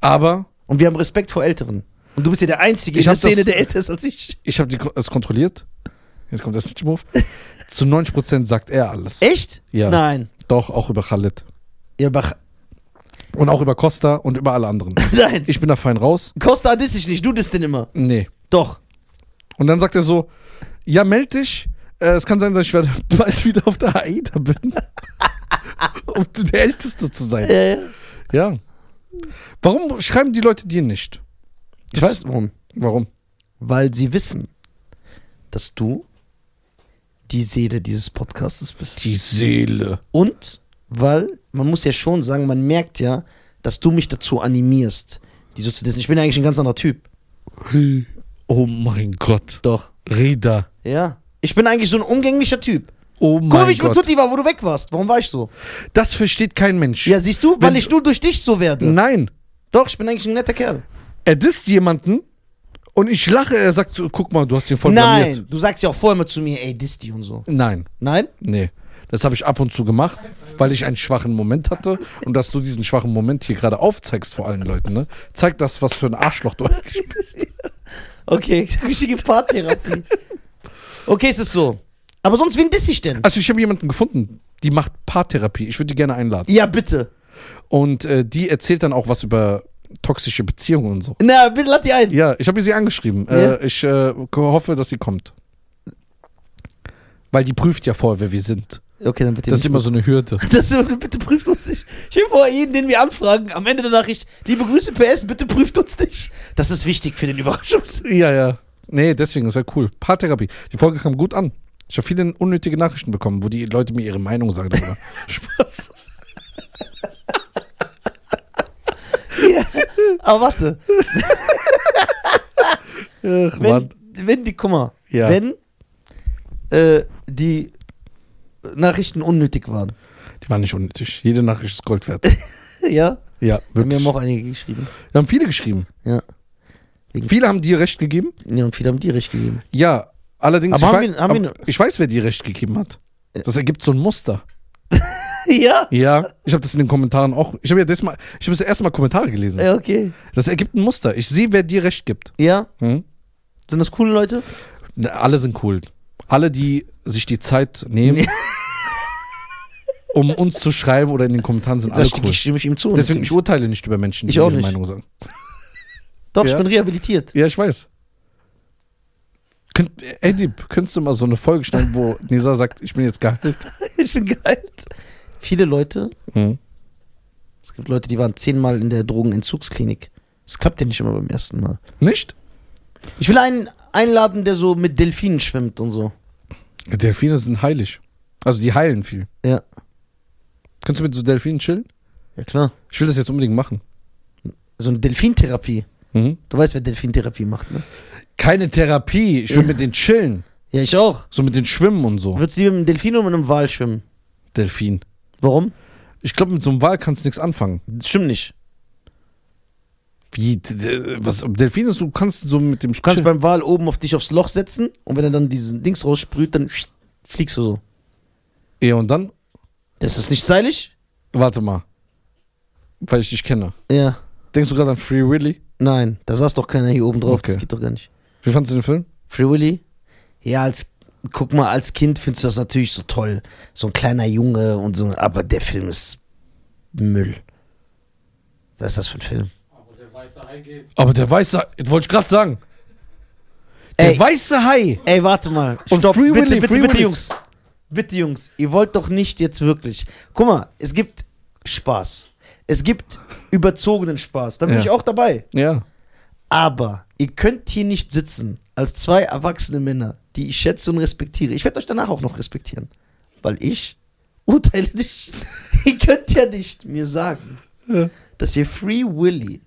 Speaker 1: Aber
Speaker 2: Und wir haben Respekt vor Älteren. Und du bist ja der Einzige
Speaker 1: Ich
Speaker 2: in der
Speaker 1: hab das-
Speaker 2: Szene, der älter ist als ich.
Speaker 1: ich habe es kontrolliert. Jetzt kommt der Snitch-Move. Zu 90% sagt er alles.
Speaker 2: Echt?
Speaker 1: Ja.
Speaker 2: Nein.
Speaker 1: Doch, auch über Khalid.
Speaker 2: Ja, aber
Speaker 1: Und auch über Costa und über alle anderen.
Speaker 2: *laughs* Nein.
Speaker 1: Ich bin da fein raus.
Speaker 2: Costa disst dich nicht, du disst den immer.
Speaker 1: Nee.
Speaker 2: Doch.
Speaker 1: Und dann sagt er so: Ja, meld dich. Äh, es kann sein, dass ich werde *laughs* bald wieder auf der AIDA bin. *laughs* um der Älteste zu sein.
Speaker 2: Ja, ja.
Speaker 1: Ja. Warum schreiben die Leute dir nicht?
Speaker 2: Ich weiß warum.
Speaker 1: Warum?
Speaker 2: Weil sie wissen, dass du die Seele dieses Podcastes bist.
Speaker 1: Die Seele.
Speaker 2: Und weil, man muss ja schon sagen, man merkt ja, dass du mich dazu animierst, die so zu dissen. Ich bin ja eigentlich ein ganz anderer Typ.
Speaker 1: Oh mein Gott.
Speaker 2: Doch.
Speaker 1: Reda.
Speaker 2: Ja. Ich bin eigentlich so ein umgänglicher Typ.
Speaker 1: Oh
Speaker 2: Guck, wie
Speaker 1: mein
Speaker 2: ich mit
Speaker 1: Gott.
Speaker 2: Tutti war, wo du weg warst. Warum war ich so?
Speaker 1: Das versteht kein Mensch.
Speaker 2: Ja, siehst du, weil
Speaker 1: Wenn-
Speaker 2: ich nur durch dich so werde.
Speaker 1: Nein.
Speaker 2: Doch, ich bin eigentlich ein netter Kerl.
Speaker 1: Er disst jemanden und ich lache. Er sagt: so, Guck mal, du hast ihn voll
Speaker 2: Nein,
Speaker 1: blamiert.
Speaker 2: du sagst ja auch vorher immer zu mir, ey, Disti und so.
Speaker 1: Nein.
Speaker 2: Nein?
Speaker 1: Nee. Das habe ich ab und zu gemacht, weil ich einen schwachen Moment hatte. Und dass du diesen schwachen Moment hier gerade aufzeigst vor allen Leuten, ne? Zeigt das, was für ein Arschloch du eigentlich bist.
Speaker 2: Okay, *laughs* richtige Paartherapie. okay, es ist so. Aber sonst, wen disst ich denn?
Speaker 1: Also, ich habe jemanden gefunden, die macht Paartherapie. Ich würde die gerne einladen.
Speaker 2: Ja, bitte.
Speaker 1: Und äh, die erzählt dann auch was über toxische Beziehungen und so.
Speaker 2: Na, bitte lad die ein.
Speaker 1: Ja, ich habe sie angeschrieben.
Speaker 2: Ja.
Speaker 1: Äh, ich äh, hoffe, dass sie kommt. Weil die prüft ja vorher, wer wir sind.
Speaker 2: Okay, dann bitte.
Speaker 1: Das ist
Speaker 2: *laughs*
Speaker 1: immer so eine Hürde.
Speaker 2: Das bitte prüft uns nicht. Stell dir vor, jeden, den wir anfragen, am Ende der Nachricht, liebe Grüße PS, bitte prüft uns nicht. Das ist wichtig für den Überraschungs.
Speaker 1: Ja, ja. Nee, deswegen, das wäre cool. Paartherapie. Die Folge kam gut an. Ich habe viele unnötige Nachrichten bekommen, wo die Leute mir ihre Meinung sagen
Speaker 2: *laughs*
Speaker 1: darüber.
Speaker 2: ja. Aber warte,
Speaker 1: Ach,
Speaker 2: wenn, wenn die, guck mal,
Speaker 1: Ja.
Speaker 2: wenn äh, die Nachrichten unnötig waren,
Speaker 1: Die waren nicht unnötig. Jede Nachricht ist Gold wert.
Speaker 2: ja,
Speaker 1: Ja,
Speaker 2: haben
Speaker 1: wirklich.
Speaker 2: mir
Speaker 1: Wir
Speaker 2: auch einige geschrieben.
Speaker 1: haben viele geschrieben.
Speaker 2: Ja.
Speaker 1: Viele haben dir recht gegeben.
Speaker 2: ja, und viele haben die recht gegeben.
Speaker 1: Ja, allerdings.
Speaker 2: Aber
Speaker 1: ich, wei-
Speaker 2: haben wir- haben wir- Äh.
Speaker 1: aber ich weiß, wer dir recht gegeben hat. Das ergibt so ein Muster.
Speaker 2: ja?
Speaker 1: *laughs* Ja, ich habe das in den Kommentaren auch. Ich habe ja das mal, ich habe das erste Mal Kommentare gelesen.
Speaker 2: Ja, okay.
Speaker 1: Das ergibt ein Muster. Ich sehe, wer dir recht gibt.
Speaker 2: Ja?
Speaker 1: Hm?
Speaker 2: Sind das coole Leute?
Speaker 1: Ne, Alle sind cool. Alle, die sich die Zeit nehmen, *laughs* um uns zu schreiben oder in den Kommentaren, sind
Speaker 2: Da
Speaker 1: alle
Speaker 2: stimme
Speaker 1: cool.
Speaker 2: ich, stimme ich ihm zu.
Speaker 1: Deswegen, ich urteile nicht über Menschen, die
Speaker 2: Ich auch
Speaker 1: ihre
Speaker 2: nicht.
Speaker 1: Meinung sagen.
Speaker 2: Doch,
Speaker 1: Ja.
Speaker 2: ich bin rehabilitiert. *laughs*
Speaker 1: Ja, ich weiß. Könnt, ey, Dieb, könntest du mal so eine Folge schneiden,
Speaker 2: *laughs*
Speaker 1: wo Nisa sagt, ich bin jetzt geheilt?
Speaker 2: ich bin geheilt. Viele Leute,
Speaker 1: Hm.
Speaker 2: es gibt Leute, die waren zehnmal in der Drogenentzugsklinik. Das klappt ja nicht immer beim ersten Mal.
Speaker 1: Nicht?
Speaker 2: Ich will einen einladen, der so mit Delfinen schwimmt und so.
Speaker 1: Delfine sind heilig. Also, die heilen viel.
Speaker 2: Ja.
Speaker 1: Kannst du mit so Delfinen chillen?
Speaker 2: Ja, klar.
Speaker 1: Ich will das jetzt unbedingt machen.
Speaker 2: So eine Delfintherapie.
Speaker 1: Mhm.
Speaker 2: Du weißt, wer Delfintherapie macht, ne?
Speaker 1: Keine Therapie.
Speaker 2: *laughs*
Speaker 1: Ich will mit denen chillen.
Speaker 2: Ja, ich auch.
Speaker 1: So mit den Schwimmen und so.
Speaker 2: Würdest du lieber mit einem Delfin oder mit einem Wal schwimmen?
Speaker 1: Delfin.
Speaker 2: Warum?
Speaker 1: Ich glaube, mit so einem Wal kannst du nichts anfangen.
Speaker 2: Stimmt nicht.
Speaker 1: Wie? d- d- Was? Delfin ist, du kannst so mit dem
Speaker 2: Du kannst
Speaker 1: chillen.
Speaker 2: beim Wal oben auf dich aufs Loch setzen und wenn er dann diesen Dings raussprüht, dann fliegst du so.
Speaker 1: Ja, und dann?
Speaker 2: Das ist nicht stylisch?
Speaker 1: Warte mal. Weil ich dich kenne.
Speaker 2: Ja.
Speaker 1: Denkst du gerade an Free Willy?
Speaker 2: Nein, da saß doch keiner hier oben drauf. Das
Speaker 1: Okay.
Speaker 2: geht doch gar nicht.
Speaker 1: Wie fandst du den Film?
Speaker 2: Free Willy? Ja, als guck mal, als Kind findest du das natürlich so toll. So ein kleiner Junge und so, aber der Film ist Müll. Was ist das für ein Film?
Speaker 4: Aber der weiße Hai geht.
Speaker 1: Aber der weiße Hai, das wollte ich gerade sagen. Der
Speaker 2: Ey,
Speaker 1: weiße Hai.
Speaker 2: ey, warte mal.
Speaker 1: Und Free
Speaker 2: bitte,
Speaker 1: Willy,
Speaker 2: bitte,
Speaker 1: Free
Speaker 2: bitte,
Speaker 1: Willy.
Speaker 2: Jungs. Bitte, Jungs, ihr wollt doch nicht jetzt wirklich. Guck mal, es gibt Spaß. Es gibt überzogenen Spaß. Da bin
Speaker 1: Ja.
Speaker 2: ich auch dabei.
Speaker 1: Ja.
Speaker 2: Aber ihr könnt hier nicht sitzen als zwei erwachsene Männer, die ich schätze und respektiere. Ich werde euch danach auch noch respektieren, weil ich urteile nicht. *laughs* ihr könnt ja nicht mir sagen, dass ihr Free Willy,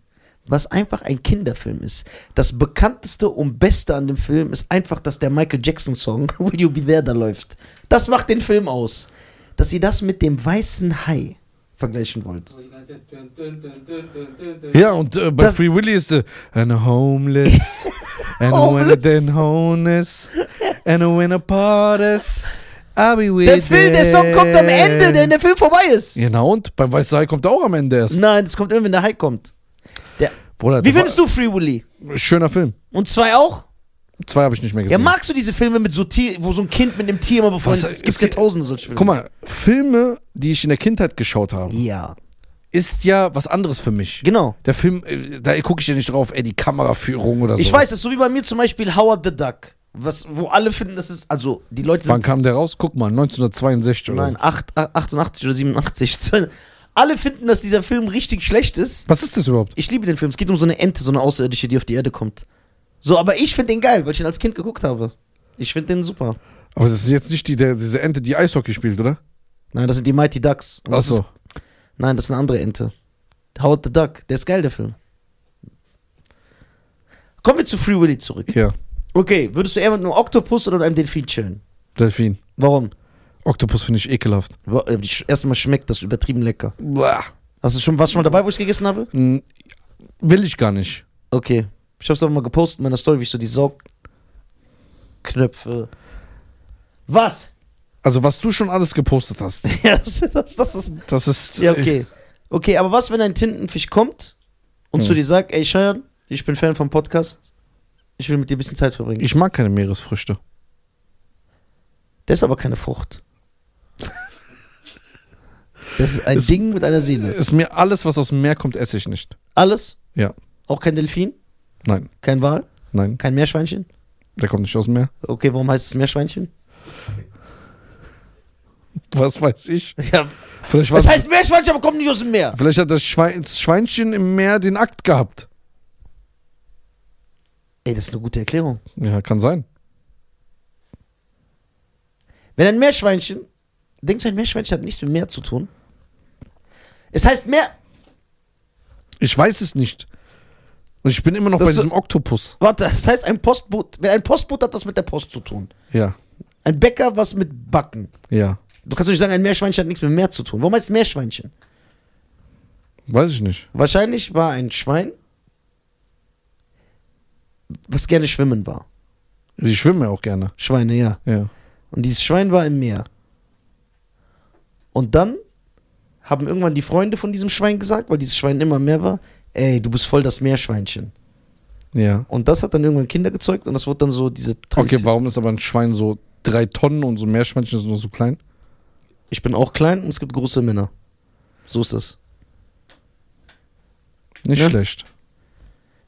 Speaker 2: was einfach ein Kinderfilm ist, das bekannteste und beste an dem Film ist einfach, dass der Michael Jackson Song *laughs* Will You Be There da läuft. Das macht den Film aus. Dass ihr das mit dem weißen Hai vergleichen wollt.
Speaker 4: wo die ganze Zeit dün, dün, dün, dün, dün, dün, dün.
Speaker 1: Ja, und äh, bei
Speaker 2: Das-
Speaker 1: Free Willy ist der And a homeless. And when I
Speaker 2: Homeless.
Speaker 1: then homeless. And when I parties. I'll be with
Speaker 2: Der Film, der Song kommt am Ende,
Speaker 1: them.
Speaker 2: denn der Film vorbei ist.
Speaker 1: Ja, na und? Beim Weißen Hai kommt er auch am Ende erst.
Speaker 2: Nein, das kommt immer, wenn der Hai kommt. Der,
Speaker 1: Bruder,
Speaker 2: wie findest du Free Willy?
Speaker 1: du? Schöner Film.
Speaker 2: Und zwei auch?
Speaker 1: Zwei habe ich nicht mehr
Speaker 2: Ja,
Speaker 1: gesehen.
Speaker 2: magst du diese Filme mit so Tier, wo so ein Kind mit einem Tier immer befreundet
Speaker 1: Was,
Speaker 2: ist? Es gibt
Speaker 1: es
Speaker 2: ja
Speaker 1: gibt-
Speaker 2: tausende solche Filme.
Speaker 1: Guck mal, Filme, die ich in der Kindheit geschaut habe,
Speaker 2: Ja.
Speaker 1: ist ja was anderes für mich.
Speaker 2: Genau.
Speaker 1: Der Film, äh, da gucke ich ja nicht drauf, ey, die Kameraführung oder so.
Speaker 2: Ich weiß, es ist so wie bei mir zum Beispiel Howard the Duck. Was, wo alle finden, das ist, also die Leute
Speaker 1: Wann
Speaker 2: sind
Speaker 1: kam der raus? Guck mal, 1962 oder
Speaker 2: Nein,
Speaker 1: so.
Speaker 2: acht- a- 88 oder 87. *laughs* Alle finden, dass dieser Film richtig schlecht ist.
Speaker 1: Was ist das überhaupt?
Speaker 2: Ich liebe den Film. Es geht um so eine Ente, so eine Außerirdische, die auf die Erde kommt. So, aber ich finde den geil, weil ich ihn als Kind geguckt habe. Ich finde den super.
Speaker 1: Aber das ist jetzt nicht die, der, diese Ente, die Eishockey spielt, oder?
Speaker 2: Nein, das sind die Mighty Ducks. Und das
Speaker 1: Achso.
Speaker 2: Ist, nein, das ist eine andere Ente. Howard the Duck. Der ist geil, der Film. Kommen wir zu Free Willy zurück.
Speaker 1: Ja,
Speaker 2: Okay, würdest du eher mit einem Oktopus oder mit einem Delfin chillen?
Speaker 1: Delfin.
Speaker 2: Warum?
Speaker 1: Oktopus finde ich ekelhaft.
Speaker 2: Wa- äh, sch- Erstmal schmeckt das übertrieben lecker.
Speaker 1: Blah.
Speaker 2: Hast du schon was schon mal dabei, wo ich gegessen habe?
Speaker 1: N- Hm, Will ich gar nicht.
Speaker 2: Okay. Ich hab's einfach mal gepostet in meiner Story, wie ich so die Saugknöpfe. Was? *laughs*
Speaker 1: Also, was du schon alles gepostet hast,
Speaker 2: Ja, das, das, das ist.
Speaker 1: das ist.
Speaker 2: Ja, okay. Okay, aber was, wenn ein Tintenfisch kommt und zu
Speaker 1: Hm.
Speaker 2: dir sagt, ey Cheyenne, ich bin Fan vom Podcast, ich will mit dir ein bisschen Zeit verbringen.
Speaker 1: äh, Ich mag keine Meeresfrüchte.
Speaker 2: das ist aber keine Frucht. Das ist ein
Speaker 1: Es-
Speaker 2: Ding mit einer Seele.
Speaker 1: Ist mir alles, was aus dem Meer kommt, esse ich nicht.
Speaker 2: Alles?
Speaker 1: Ja.
Speaker 2: Auch kein Delfin?
Speaker 1: Nein,
Speaker 2: Kein Wal?
Speaker 1: nein,
Speaker 2: Kein Meerschweinchen?
Speaker 1: der kommt nicht aus dem Meer.
Speaker 2: Okay, warum heißt es Meerschweinchen? *laughs*
Speaker 1: Was weiß ich?
Speaker 2: Ja.
Speaker 1: Vielleicht, war,
Speaker 2: Das heißt Meerschweinchen, aber kommt nicht aus dem Meer.
Speaker 1: vielleicht hat das, Schwein, das Schweinchen im Meer den Akt gehabt.
Speaker 2: Ey, das ist eine gute Erklärung.
Speaker 1: Ja, kann sein.
Speaker 2: Wenn ein Meerschweinchen, denkst du, ein Meerschweinchen hat nichts mit Meer zu tun? Es heißt Meer.
Speaker 1: Ich weiß es nicht. Und ich bin immer noch
Speaker 2: Das
Speaker 1: bei
Speaker 2: ist-
Speaker 1: diesem Oktopus.
Speaker 2: Warte, das heißt ein Postboot. Wenn ein Postboot hat was mit der Post zu tun.
Speaker 1: Ja,
Speaker 2: Ein Bäcker was mit Backen.
Speaker 1: ja.
Speaker 2: Du kannst doch nicht sagen, ein Meerschweinchen hat nichts mit Meer zu tun. Warum heißt es Meerschweinchen?
Speaker 1: Weiß ich nicht.
Speaker 2: Wahrscheinlich war ein Schwein, was gerne schwimmen war.
Speaker 1: Sie schwimmen ja auch gerne.
Speaker 2: Schweine, ja.
Speaker 1: Ja.
Speaker 2: Und dieses Schwein war im Meer. Und dann haben irgendwann die Freunde von diesem Schwein gesagt, weil dieses Schwein immer mehr war, ey, du bist voll das Meerschweinchen.
Speaker 1: Ja.
Speaker 2: Und das hat dann irgendwann Kinder gezeugt und das wurde dann so diese
Speaker 1: Okay,
Speaker 2: Tradition.
Speaker 1: warum ist aber ein Schwein so drei Tonnen und so ein Meerschweinchen ist nur so klein?
Speaker 2: Ich bin auch klein und es gibt große Männer. So ist das.
Speaker 1: Nicht
Speaker 2: Ja.
Speaker 1: schlecht.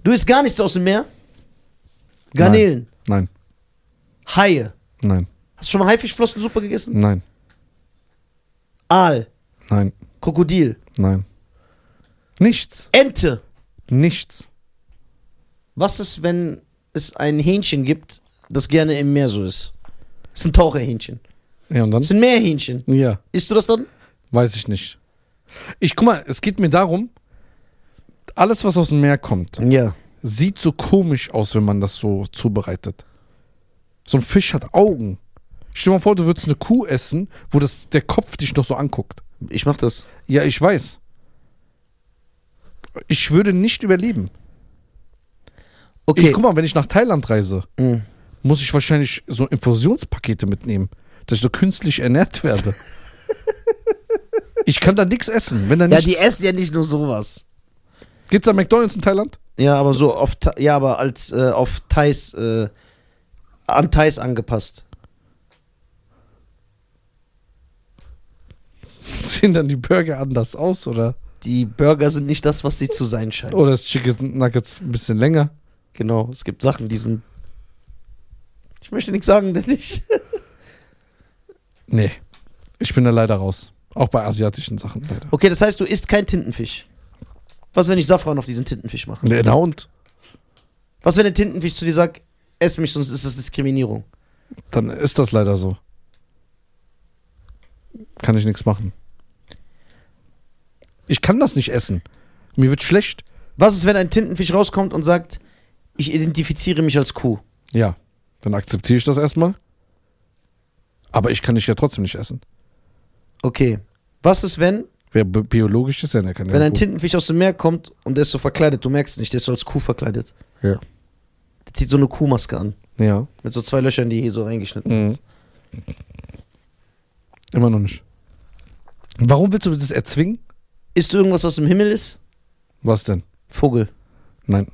Speaker 2: Du isst gar nichts aus dem Meer? Garnelen,
Speaker 1: Nein,
Speaker 2: Haie.
Speaker 1: nein,
Speaker 2: Hast du schon mal Haifischflossensuppe gegessen?
Speaker 1: nein,
Speaker 2: Aal,
Speaker 1: nein,
Speaker 2: Krokodil,
Speaker 1: nein. Nichts.
Speaker 2: Ente.
Speaker 1: Nichts.
Speaker 2: Was ist, wenn es ein Hähnchen gibt, das gerne im Meer so ist? Das ist ein Taucherhähnchen.
Speaker 1: Ja, und
Speaker 2: Das
Speaker 1: dann?
Speaker 2: ist ein Meerhähnchen.
Speaker 1: Ja,
Speaker 2: Isst du das dann?
Speaker 1: weiß ich nicht. Ich guck mal, es geht mir darum, alles, was aus dem Meer kommt,
Speaker 2: Ja.
Speaker 1: sieht so komisch aus, wenn man das so zubereitet. So ein Fisch hat Augen. Stell dir mal vor, du würdest eine Kuh essen, wo das, der Kopf dich noch so anguckt.
Speaker 2: Ich mach das.
Speaker 1: Ja, ich weiß. Ich würde nicht überleben.
Speaker 2: Okay.
Speaker 1: Ich, guck mal, wenn ich nach Thailand reise,
Speaker 2: Mhm.
Speaker 1: muss ich wahrscheinlich so Infusionspakete mitnehmen, dass ich so künstlich ernährt werde. ich kann da nichts essen. Wenn da
Speaker 2: ja,
Speaker 1: nichts,
Speaker 2: die essen ja nicht nur sowas.
Speaker 1: Gibt's da McDonalds in Thailand? *laughs*
Speaker 2: Ja, aber so auf Tha- ja, aber als äh, auf Thais äh, an Thais angepasst.
Speaker 1: Sehen dann die Burger anders aus oder?
Speaker 2: Die Burger sind nicht das, was sie zu sein scheinen.
Speaker 1: Oder ist Chicken Nuggets ein bisschen länger?
Speaker 2: Genau, es gibt Sachen, die sind Ich möchte nichts sagen, denn ich
Speaker 1: Nee. Ich bin da leider raus. Auch bei asiatischen Sachen leider.
Speaker 2: Okay, das heißt, du isst kein Tintenfisch. Was, wenn ich Safran auf diesen Tintenfisch mache?
Speaker 1: Nee, genau. na und?
Speaker 2: Was, wenn der Tintenfisch zu dir sagt, ess mich, sonst ist das Diskriminierung?
Speaker 1: Dann ist das leider so. Kann ich nichts machen. Ich kann das nicht essen. Mir wird schlecht.
Speaker 2: Was ist, wenn ein Tintenfisch rauskommt und sagt, ich identifiziere mich als Kuh?
Speaker 1: Ja, dann akzeptiere ich das erstmal. Aber ich kann dich ja trotzdem nicht essen.
Speaker 2: Okay. Was ist, wenn,
Speaker 1: Wer bi- biologisch ist, ja, der kann
Speaker 2: wenn
Speaker 1: ja.
Speaker 2: ein
Speaker 1: gut-
Speaker 2: Tintenfisch aus dem Meer kommt und der ist so verkleidet, du merkst nicht, der ist so als Kuh verkleidet.
Speaker 1: Ja.
Speaker 2: Der zieht so eine Kuhmaske an,
Speaker 1: ja.
Speaker 2: mit so zwei Löchern, die hier so reingeschnitten
Speaker 1: Mhm. Immer noch nicht. Warum willst du das erzwingen?
Speaker 2: Isst du irgendwas, was im Himmel ist?
Speaker 1: Was denn?
Speaker 2: Vogel.
Speaker 1: Nein.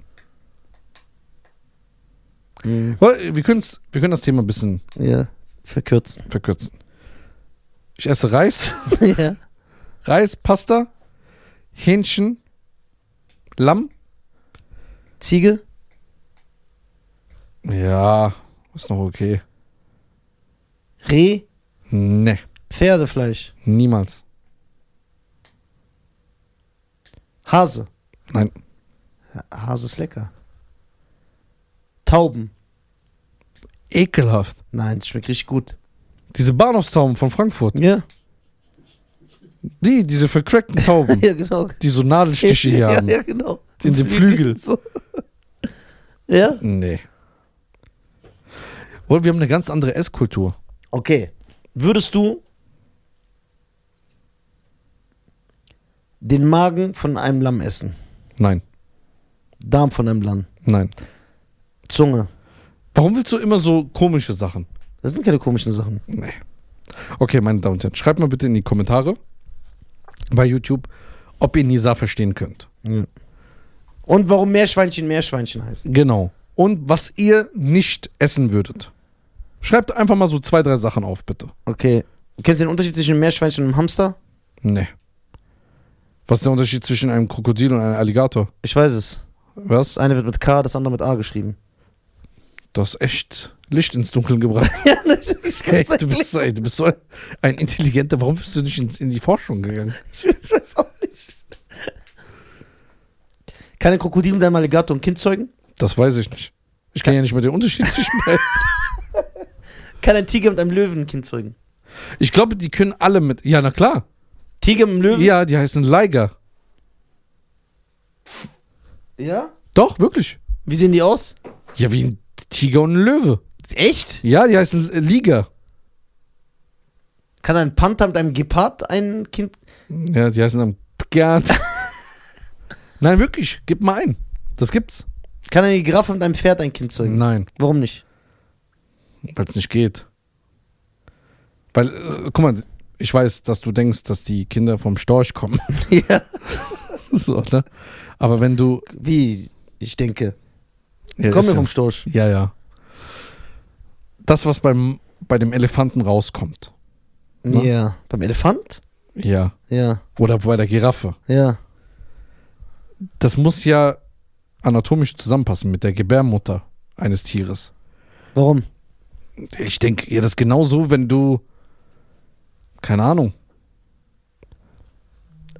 Speaker 1: Weil, Wir, können's- wir können das Thema ein bisschen
Speaker 2: Ja, verkürzen. *laughs*
Speaker 1: verkürzen. Ich esse Reis, *laughs*
Speaker 2: ja.
Speaker 1: Reis, Pasta, Hähnchen, Lamm.
Speaker 2: Ziege?
Speaker 1: Ja, ist noch okay.
Speaker 2: Reh?
Speaker 1: Nee,
Speaker 2: Pferdefleisch?
Speaker 1: niemals.
Speaker 2: Hase?
Speaker 1: Nein.
Speaker 2: Ja, Hase ist lecker. Tauben?
Speaker 1: Ekelhaft.
Speaker 2: Nein, schmeckt richtig gut.
Speaker 1: Diese Bahnhofstauben von Frankfurt.
Speaker 2: Ja, *laughs*
Speaker 1: Die, diese vercrackten
Speaker 2: *laughs*
Speaker 1: Tauben,
Speaker 2: ja genau.
Speaker 1: die so Nadelstiche hier
Speaker 2: *laughs* ja,
Speaker 1: haben.
Speaker 2: ja, genau.
Speaker 1: In
Speaker 2: *laughs*
Speaker 1: den Flügel.
Speaker 2: So. ja?
Speaker 1: Nee. Obwohl, wir haben eine ganz andere Esskultur.
Speaker 2: Okay. Würdest du den Magen von einem Lamm essen?
Speaker 1: Nein,
Speaker 2: Darm von einem Lamm?
Speaker 1: nein.
Speaker 2: Zunge?
Speaker 1: Warum willst du immer so komische Sachen?
Speaker 2: Das sind keine komischen Sachen.
Speaker 1: Nee. Okay, meine Damen und Herren, schreibt mal bitte in die Kommentare bei YouTube, ob ihr Nisa verstehen könnt.
Speaker 2: Und warum Meerschweinchen Meerschweinchen heißt?
Speaker 1: Genau. Und was ihr nicht essen würdet. Schreibt einfach mal so zwei, drei Sachen auf, bitte.
Speaker 2: Okay. Du kennst den Unterschied zwischen einem Meerschweinchen und einem Hamster?
Speaker 1: Nee. Was ist der Unterschied zwischen einem Krokodil und einem Alligator?
Speaker 2: Ich weiß es.
Speaker 1: Was?
Speaker 2: Das eine wird mit K, das andere mit A geschrieben.
Speaker 1: Du hast echt Licht ins Dunkeln *laughs* gebracht.
Speaker 2: Ich
Speaker 1: Ey, du, bist, ey, du bist so ein Intelligenter. Warum bist du nicht in, in die Forschung gegangen?
Speaker 2: weiß auch nicht. Kann ein Krokodil mit einem Alligator ein Kind zeugen?
Speaker 1: Das weiß ich nicht. Ich kann ja nicht mal den Unterschied zwischen beiden.
Speaker 2: Kann ein Tiger mit einem Löwen ein Kind zeugen?
Speaker 1: Ich glaube, die können alle mit. Ja, na klar.
Speaker 2: Tiger mit einem Löwen?
Speaker 1: Ja, die heißen Liger.
Speaker 2: ja?
Speaker 1: Doch, wirklich.
Speaker 2: Wie sehen die aus?
Speaker 1: Ja, wie ein Tiger und ein Löwe.
Speaker 2: Echt?
Speaker 1: Ja, die heißen Liger.
Speaker 2: Kann ein Panther mit einem Gepard ein Kind.
Speaker 1: Ja, die heißen dann *laughs* Gerd. Nein, wirklich. Gib mal ein. Das gibt's.
Speaker 2: Kann eine Giraffe mit einem Pferd ein Kind zeugen?
Speaker 1: Nein,
Speaker 2: Warum nicht?
Speaker 1: weil es nicht geht. Weil, äh, guck mal, ich weiß, dass du denkst, dass die Kinder vom Storch kommen. *laughs*
Speaker 2: ja.
Speaker 1: so, ne? Aber wenn du.
Speaker 2: Wie? Ich denke.
Speaker 1: Ja,
Speaker 2: Kommen
Speaker 1: ist
Speaker 2: wir
Speaker 1: ja-
Speaker 2: vom Storch.
Speaker 1: Ja, ja. Das, was beim, bei dem Elefanten rauskommt. Na?
Speaker 2: Ja. Beim Elefant?
Speaker 1: Ja.
Speaker 2: Ja.
Speaker 1: Oder bei der Giraffe.
Speaker 2: Ja.
Speaker 1: Das muss ja anatomisch zusammenpassen mit der Gebärmutter eines Tieres.
Speaker 2: Warum?
Speaker 1: Ich denke, ja, das ist genauso, wenn du. Keine Ahnung.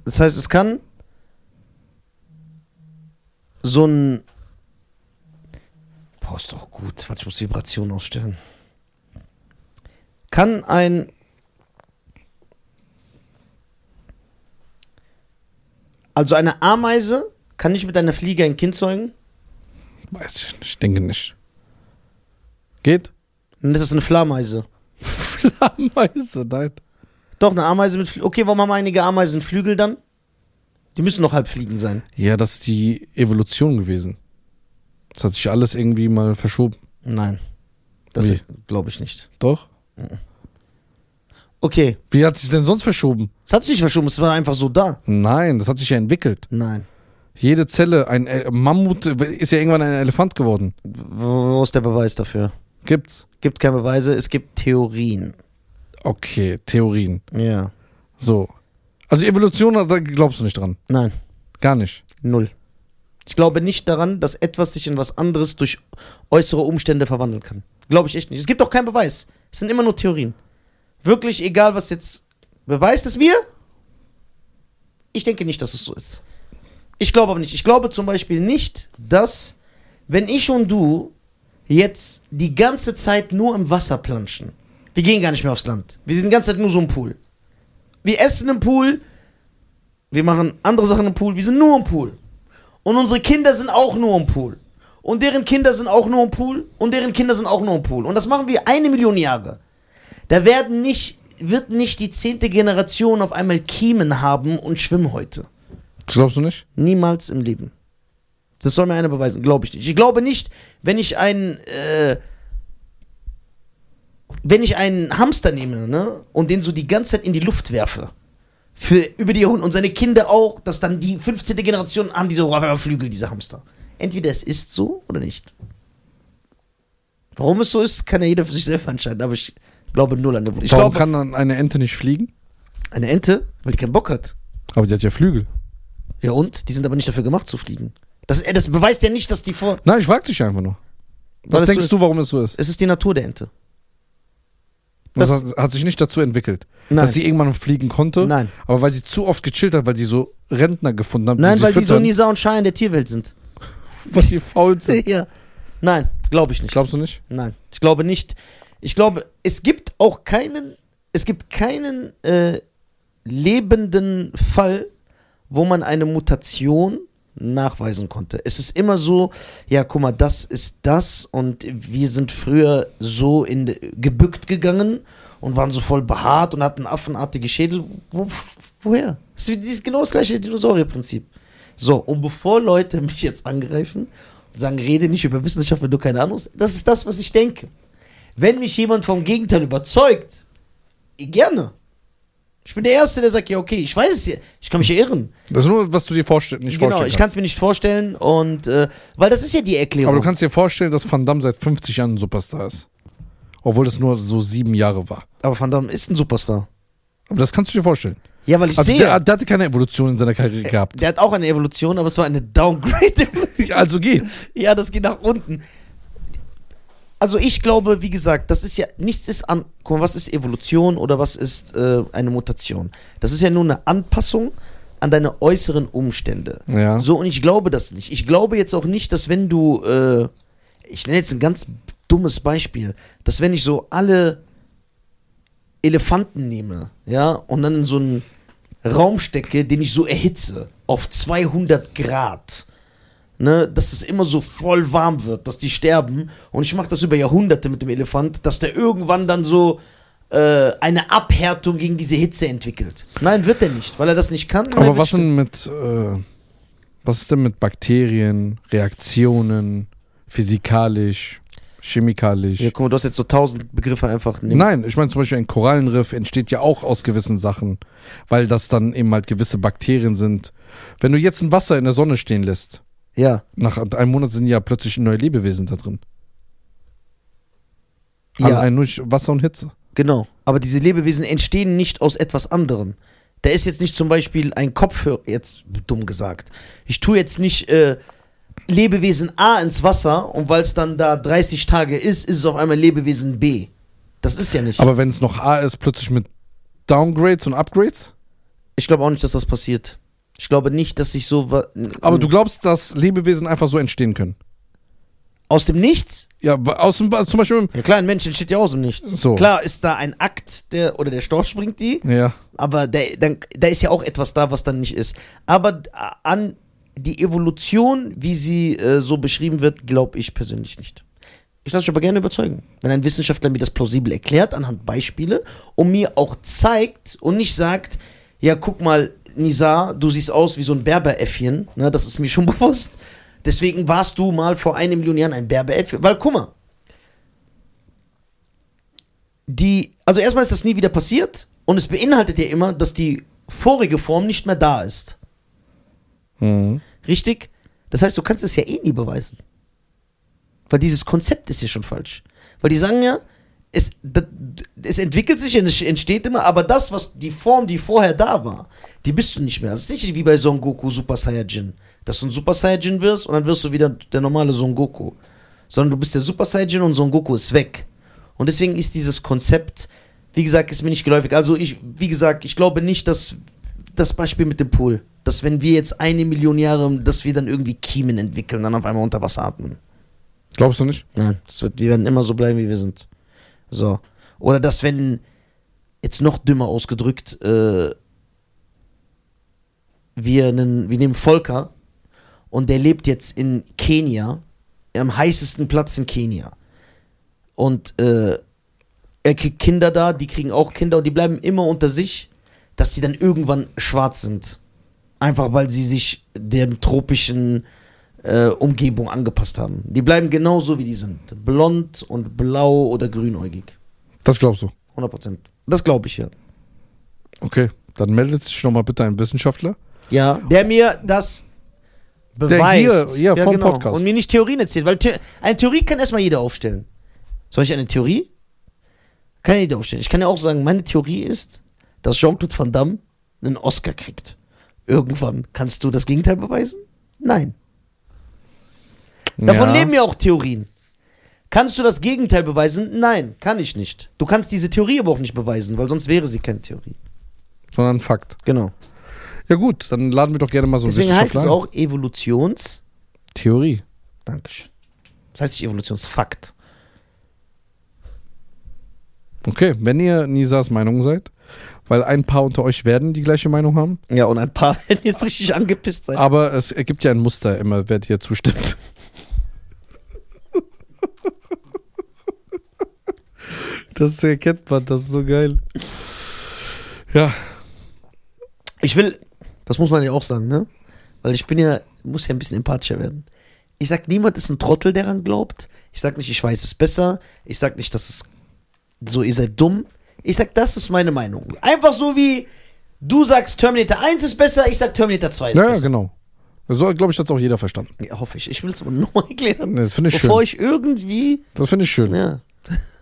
Speaker 2: Das heißt, es kann so ein. Boah, ist doch gut. Warte, ich muss Vibration ausstellen. Kann ein. Also eine Ameise kann nicht mit einer Fliege ein Kind zeugen?
Speaker 1: Weiß ich nicht. Ich denke nicht. *laughs* Geht?
Speaker 2: Dann ist das eine Flameise.
Speaker 1: Flammeise, nein.
Speaker 2: Doch, eine Ameise mit Flügeln. Okay, warum haben einige Ameisen Flügel dann? Die müssen doch halb Fliegen sein.
Speaker 1: Ja, das ist die Evolution gewesen. Das hat sich alles irgendwie mal verschoben.
Speaker 2: Nein. Das
Speaker 1: Wie?
Speaker 2: glaube ich nicht.
Speaker 1: Doch?
Speaker 2: Okay.
Speaker 1: Wie hat sich denn sonst verschoben?
Speaker 2: Es hat sich nicht verschoben, es war einfach so da.
Speaker 1: Nein, das hat sich ja entwickelt.
Speaker 2: Nein.
Speaker 1: Jede Zelle, ein El- Mammut äh, ist ja irgendwann ein Elefant geworden.
Speaker 2: Wo wo ist der Beweis dafür?
Speaker 1: Gibt's?
Speaker 2: Gibt keine Beweise, es gibt Theorien.
Speaker 1: Okay, Theorien.
Speaker 2: Ja.
Speaker 1: So. Also Evolution, da glaubst du nicht dran.
Speaker 2: Nein,
Speaker 1: Gar nicht.
Speaker 2: null. Ich glaube nicht daran, dass etwas sich in was anderes durch äußere Umstände verwandeln kann. Glaube ich echt nicht. Es gibt auch keinen Beweis. Es sind immer nur Theorien. Wirklich, egal was jetzt. Beweist es mir? Ich denke nicht, dass es so ist. Ich glaube aber nicht. Ich glaube zum Beispiel nicht, dass, wenn ich und du jetzt die ganze Zeit nur im Wasser planschen, wir gehen gar nicht mehr aufs Land. Wir sind die ganze Zeit nur so im Pool. Wir essen im Pool, wir machen andere Sachen im Pool, wir sind nur im Pool. Und unsere Kinder sind auch nur im Pool. Und deren Kinder sind auch nur im Pool. Und deren Kinder sind auch nur im Pool. Und das machen wir eine Million Jahre. Da werden nicht, wird nicht die zehnte Generation auf einmal Kiemen haben und Schwimmhäute.
Speaker 1: Das glaubst du nicht?
Speaker 2: Niemals im Leben. Das soll mir einer beweisen, glaube ich nicht. Ich glaube nicht, wenn ich einen, äh, wenn ich einen Hamster nehme, ne, und den so die ganze Zeit in die Luft werfe, für über die Jahrhunderte und seine Kinder auch, dass dann die 15. Generation haben diese auf einmal Flügel, diese Hamster. Entweder es ist so oder nicht. Warum es so ist, kann ja jeder für sich selber entscheiden, aber ich glaube null an der Ich
Speaker 1: Warum
Speaker 2: glaube,
Speaker 1: kann dann eine Ente nicht fliegen?
Speaker 2: eine Ente, weil die keinen Bock hat.
Speaker 1: Aber die hat ja Flügel.
Speaker 2: Ja und? Die sind aber nicht dafür gemacht zu fliegen. Das, äh, das beweist ja nicht, dass die vor.
Speaker 1: Nein, ich frag dich einfach nur. Was
Speaker 2: Weil es
Speaker 1: denkst
Speaker 2: so
Speaker 1: du, warum es so ist?
Speaker 2: Es ist die Natur der Ente.
Speaker 1: Das,
Speaker 2: Das-
Speaker 1: hat, hat sich nicht dazu entwickelt.
Speaker 2: Nein.
Speaker 1: Dass sie irgendwann fliegen konnte,
Speaker 2: Nein.
Speaker 1: aber weil sie zu oft gechillt hat, weil die so Rentner gefunden haben,
Speaker 2: Nein,
Speaker 1: die
Speaker 2: weil
Speaker 1: sie
Speaker 2: die so
Speaker 1: füttern,
Speaker 2: Nisa und Shah in der Tierwelt sind.
Speaker 1: weil die faul
Speaker 2: *laughs*
Speaker 1: sind.
Speaker 2: ja. Nein, glaube ich nicht.
Speaker 1: Glaubst du nicht?
Speaker 2: Nein, ich glaube nicht. Ich glaube, es gibt auch keinen, es gibt keinen äh, lebenden Fall, wo man eine Mutation nachweisen konnte. Es ist immer so, ja, guck mal, das ist das und wir sind früher so in gebückt gegangen und waren so voll behaart und hatten affenartige Schädel. Wo, woher? Es ist wie- das ist genau das gleiche Dinosaurierprinzip. So, und bevor Leute mich jetzt angreifen und sagen, rede nicht über Wissenschaft, wenn du keine Ahnung hast, das ist das, was ich denke. Wenn mich jemand vom Gegenteil überzeugt, eh, gerne. Ich bin der Erste, der sagt, ja, okay, ich weiß es ja, ich kann mich ja irren.
Speaker 1: Das ist nur, was du dir vorstellen, nicht
Speaker 2: genau,
Speaker 1: vorstellen
Speaker 2: ich kann es mir nicht vorstellen und, äh, weil das ist ja die Erklärung.
Speaker 1: Aber du kannst dir vorstellen, dass Van Damme seit 50 Jahren ein Superstar ist. Obwohl das nur so sieben Jahre war.
Speaker 2: Aber Van Damme ist ein Superstar.
Speaker 1: Aber das kannst du dir vorstellen.
Speaker 2: Ja, weil ich
Speaker 1: Also
Speaker 2: sehe,
Speaker 1: der,
Speaker 2: der,
Speaker 1: der hatte keine Evolution in seiner Karriere gehabt.
Speaker 2: hat auch eine Evolution, aber es war eine Downgrade-Evolution.
Speaker 1: *laughs*
Speaker 2: *laughs*
Speaker 1: Also geht's.
Speaker 2: Ja, das geht nach unten. Also ich glaube, wie gesagt, das ist ja, nichts ist an, guck mal, was ist Evolution oder was ist äh, eine Mutation? Das ist ja nur eine Anpassung an deine äußeren Umstände.
Speaker 1: Ja.
Speaker 2: So, und ich glaube das nicht. Ich glaube jetzt auch nicht, dass wenn du, äh, ich nenne jetzt ein ganz dummes Beispiel, dass wenn ich so alle Elefanten nehme, ja, und dann in so einen Raum stecke, den ich so erhitze, auf 200 Grad, ne, dass es immer so voll warm wird, dass die sterben. Und ich mache das über Jahrhunderte mit dem Elefant, dass der irgendwann dann so äh, eine Abhärtung gegen diese Hitze entwickelt. Nein, wird er nicht, weil er das nicht kann.
Speaker 1: Aber
Speaker 2: Nein,
Speaker 1: was
Speaker 2: wird
Speaker 1: denn mit, äh, was ist denn mit Bakterien, Reaktionen, physikalisch, chemikalisch?
Speaker 2: Ja, guck mal, du hast jetzt so tausend Begriffe einfach. Nehmen.
Speaker 1: Nein, ich meine zum Beispiel ein Korallenriff entsteht ja auch aus gewissen Sachen, weil das dann eben halt gewisse Bakterien sind. Wenn du jetzt ein Wasser in der Sonne stehen lässt,
Speaker 2: Ja.
Speaker 1: nach einem Monat sind ja plötzlich neue Lebewesen da drin. Ja.
Speaker 2: ja,
Speaker 1: Allein durch Wasser und Hitze.
Speaker 2: genau. Aber diese Lebewesen entstehen nicht aus etwas anderem. Da ist jetzt nicht zum Beispiel ein Kopfhörer, jetzt dumm gesagt. Ich tue jetzt nicht äh, Lebewesen A ins Wasser und weil es dann da 30 Tage ist, ist es auf einmal Lebewesen B. Das ist ja nicht.
Speaker 1: Aber wenn es noch A ist, plötzlich mit Downgrades und Upgrades?
Speaker 2: ich glaube auch nicht, dass das passiert. Ich glaube nicht, dass ich so. wa-
Speaker 1: Aber du glaubst, dass Lebewesen einfach so entstehen können?
Speaker 2: Aus dem Nichts?
Speaker 1: Ja, wa- aus dem, Ba- zum Beispiel.
Speaker 2: Ja, klar, ein Mensch entsteht ja aus dem Nichts.
Speaker 1: So.
Speaker 2: Klar ist da ein Akt, der oder der Storch bringt die.
Speaker 1: Ja.
Speaker 2: Aber da, dann, da ist ja auch etwas da, was dann nicht ist. Aber d- an die Evolution, wie sie äh, so beschrieben wird, glaube ich persönlich nicht. Ich lasse mich aber gerne überzeugen. Wenn ein Wissenschaftler mir das plausibel erklärt, anhand Beispiele, und mir auch zeigt und nicht sagt, ja, guck mal, Nizar, du siehst aus wie so ein Berberäffchen, ne, das ist mir schon *laughs* bewusst. Deswegen warst du mal vor einem Million Jahren ein Berberäffchen. Weil, guck mal, die, also erstmal ist das nie wieder passiert und es beinhaltet ja immer, dass die vorige Form nicht mehr da ist.
Speaker 1: Mhm.
Speaker 2: Richtig? Das heißt, du kannst es ja eh nie beweisen. Weil dieses Konzept ist ja schon falsch. Weil die sagen ja, es, da- es entwickelt sich, und es entsteht immer, aber das, was die Form, die vorher da war, die bist du nicht mehr. Das ist nicht wie bei Son Goku Super Saiyajin, dass du ein Super Saiyajin wirst und dann wirst du wieder der normale Son Goku. Sondern du bist der Super Saiyajin und Son Goku ist weg. Und deswegen ist dieses Konzept, wie gesagt, ist mir nicht geläufig. Also ich, wie gesagt, ich glaube nicht, dass das Beispiel mit dem Pool, dass wenn wir jetzt eine Million Jahre, dass wir dann irgendwie Kiemen entwickeln, dann auf einmal unter Wasser atmen.
Speaker 1: Glaubst du nicht?
Speaker 2: Nein, das wird, wir werden immer so bleiben, wie wir sind. So. Oder dass, wenn, jetzt noch dümmer ausgedrückt, äh, wir, einen, wir nehmen Volker und der lebt jetzt in Kenia, am heißesten Platz in Kenia. Und äh, er kriegt Kinder da, die kriegen auch Kinder und die bleiben immer unter sich, dass die dann irgendwann schwarz sind. Einfach weil sie sich der tropischen äh, Umgebung angepasst haben. Die bleiben genauso wie die sind. Blond und blau oder grünäugig.
Speaker 1: Das glaubst du.
Speaker 2: 100 Prozent. Das glaube ich ja.
Speaker 1: Okay. Dann meldet sich nochmal bitte ein Wissenschaftler.
Speaker 2: Ja, der mir das
Speaker 1: hier-
Speaker 2: beweist. genau.
Speaker 1: ja, vom Podcast.
Speaker 2: Und mir nicht Theorien erzählt, weil The eine Theorie kann erstmal jeder aufstellen. Soll ich eine Theorie? Kann jeder aufstellen. Ich kann ja auch sagen, meine Theorie ist, dass Jean-Claude Van Damme einen Oscar kriegt. Irgendwann. Kannst du das Gegenteil beweisen? Nein. Davon
Speaker 1: ja.
Speaker 2: leben ja auch Theorien. Kannst du das Gegenteil beweisen? Nein, kann ich nicht. Du kannst diese Theorie aber auch nicht beweisen, weil sonst wäre sie keine Theorie.
Speaker 1: Sondern Fakt.
Speaker 2: Genau.
Speaker 1: Ja gut, dann laden wir doch gerne mal so einen
Speaker 2: Deswegen heißt es
Speaker 1: Wissenschaftler
Speaker 2: auch Evolutions.
Speaker 1: ein. Theorie.
Speaker 2: Dankeschön. Das heißt nicht Evolutionsfakt.
Speaker 1: Okay, wenn ihr Nisas Meinung seid, weil ein paar unter euch werden die gleiche Meinung haben,
Speaker 2: Ja, und ein paar *laughs* werden jetzt richtig angepisst sein.
Speaker 1: aber es ergibt ja ein Muster immer, wer dir zustimmt. *laughs* Das erkennt man, das ist so geil. Ja,
Speaker 2: Ich will, das muss man ja auch sagen, ne? Weil ich bin ja, muss ja ein bisschen empathischer werden. Ich sag, niemand ist ein Trottel, der daran glaubt. Ich sag nicht, ich weiß es besser. Ich sag nicht, dass es so, ihr seid dumm. Ich sag, das ist meine Meinung. Einfach so wie du sagst, Terminator 1 ist besser, ich sag, Terminator 2 ist
Speaker 1: ja, ja
Speaker 2: besser.
Speaker 1: genau. So, glaube ich, hat es auch jeder verstanden.
Speaker 2: Ja, hoffe ich. Ich will es aber *laughs* nochmal erklären.
Speaker 1: Das finde ich schön.
Speaker 2: bevor ich irgendwie,
Speaker 1: Das finde ich schön.
Speaker 2: ja,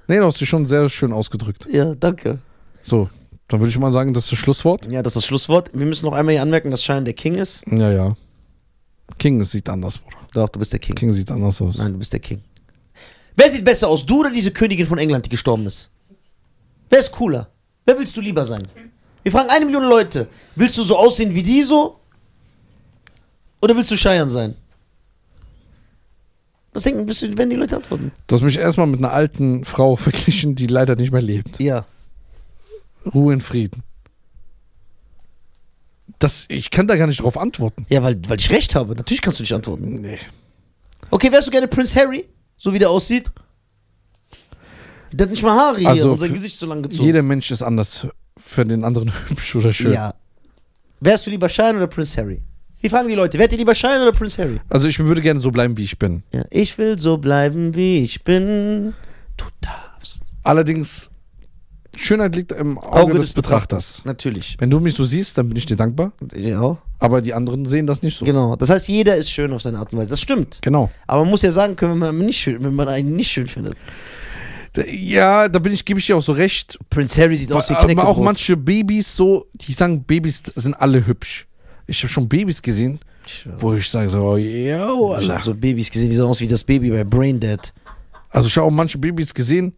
Speaker 1: Nee, du hast dich schon sehr schön ausgedrückt.
Speaker 2: ja, danke.
Speaker 1: So, dann würde ich mal sagen, das ist das Schlusswort.
Speaker 2: Ja, das ist das Schlusswort. Wir müssen noch einmal hier anmerken, dass Schein der King ist.
Speaker 1: Ja, ja. King es sieht anders, Bruder.
Speaker 2: Doch, du bist der King.
Speaker 1: King sieht anders aus.
Speaker 2: Nein, du bist der King. Wer sieht besser aus, du oder diese Königin von England, die gestorben ist? Wer ist cooler? Wer willst du lieber sein? Wir fragen eine Million Leute. Willst du so aussehen wie die so? Oder willst du Scheiern sein? Was denken, bist du, wenn die Leute antworten?
Speaker 1: Du hast mich erstmal mit einer alten Frau *laughs* verglichen, die leider nicht mehr lebt.
Speaker 2: Ja.
Speaker 1: Ruhe in Frieden. Das, ich kann da gar nicht drauf antworten.
Speaker 2: Ja, weil, weil ich recht habe. Natürlich kannst du nicht antworten.
Speaker 1: Nee.
Speaker 2: Okay, wärst du gerne Prince Harry? So wie der aussieht? Der hat nicht mal Haare hier
Speaker 1: Also
Speaker 2: und sein
Speaker 1: für
Speaker 2: Gesicht so lang gezogen.
Speaker 1: Jeder Mensch ist anders für den anderen *laughs* hübsch oder schön.
Speaker 2: Ja. Wärst du lieber Shine oder Prince Harry? Wir fragen die Leute, wärt ihr lieber Shine oder Prince Harry?
Speaker 1: Also ich würde gerne so bleiben, wie ich bin.
Speaker 2: Ja, ich will so bleiben, wie ich bin. Du darfst.
Speaker 1: Allerdings, Schönheit liegt im Auge, des, Betrachters.
Speaker 2: Natürlich.
Speaker 1: Wenn du mich so siehst, dann bin ich dir dankbar.
Speaker 2: Genau.
Speaker 1: Aber die anderen sehen das nicht so.
Speaker 2: Genau. Das heißt, jeder ist schön auf seine Art und Weise. Das stimmt.
Speaker 1: Genau.
Speaker 2: Aber man muss ja sagen können, wenn man, nicht schön, wenn man einen nicht schön findet.
Speaker 1: D- Ja, da bin ich, gebe ich dir auch so recht.
Speaker 2: Prince Harry sieht aus wie
Speaker 1: Aber auch
Speaker 2: Knäckebrot.
Speaker 1: manche Babys so, die sagen, Babys sind alle hübsch. Ich habe schon Babys gesehen,
Speaker 2: Ich schwöre.
Speaker 1: wo ich sage so, ja,
Speaker 2: Ich
Speaker 1: Wallah.
Speaker 2: hab so Babys gesehen, die sahen aus wie das Baby bei Braindead.
Speaker 1: Also ich habe auch manche Babys gesehen,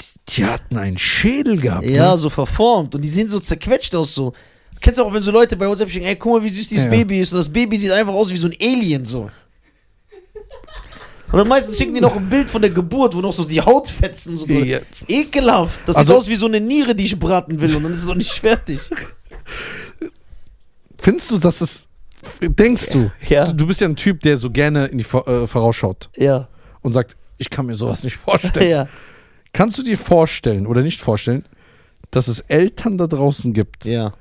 Speaker 1: die, die hatten einen Schädel gehabt.
Speaker 2: Ja,
Speaker 1: ne?
Speaker 2: so verformt. Und die sehen so zerquetscht aus so. Kennst du auch, wenn so Leute bei WhatsApp schicken, ey, guck mal, wie süß dieses
Speaker 1: Ja.
Speaker 2: Baby ist. Und das Baby sieht einfach aus wie so ein Alien so. Und dann meistens schicken die noch ein Bild von der Geburt, wo noch so die Hautfetzen und so drin.
Speaker 1: Ja.
Speaker 2: Ekelhaft. Das
Speaker 1: Also-
Speaker 2: sieht aus wie so eine Niere, die ich braten will und dann ist es noch
Speaker 1: *laughs*
Speaker 2: nicht fertig.
Speaker 1: Findest du, dass es. Denkst du?
Speaker 2: Ja.
Speaker 1: Du, du bist ja ein Typ, der so gerne in die Vor- äh, Vorausschaut
Speaker 2: Ja.
Speaker 1: und sagt, ich kann mir sowas nicht
Speaker 2: *laughs*
Speaker 1: vorstellen.
Speaker 2: Ja.
Speaker 1: Kannst du dir vorstellen oder nicht vorstellen, dass es Eltern da draußen gibt,
Speaker 2: Ja.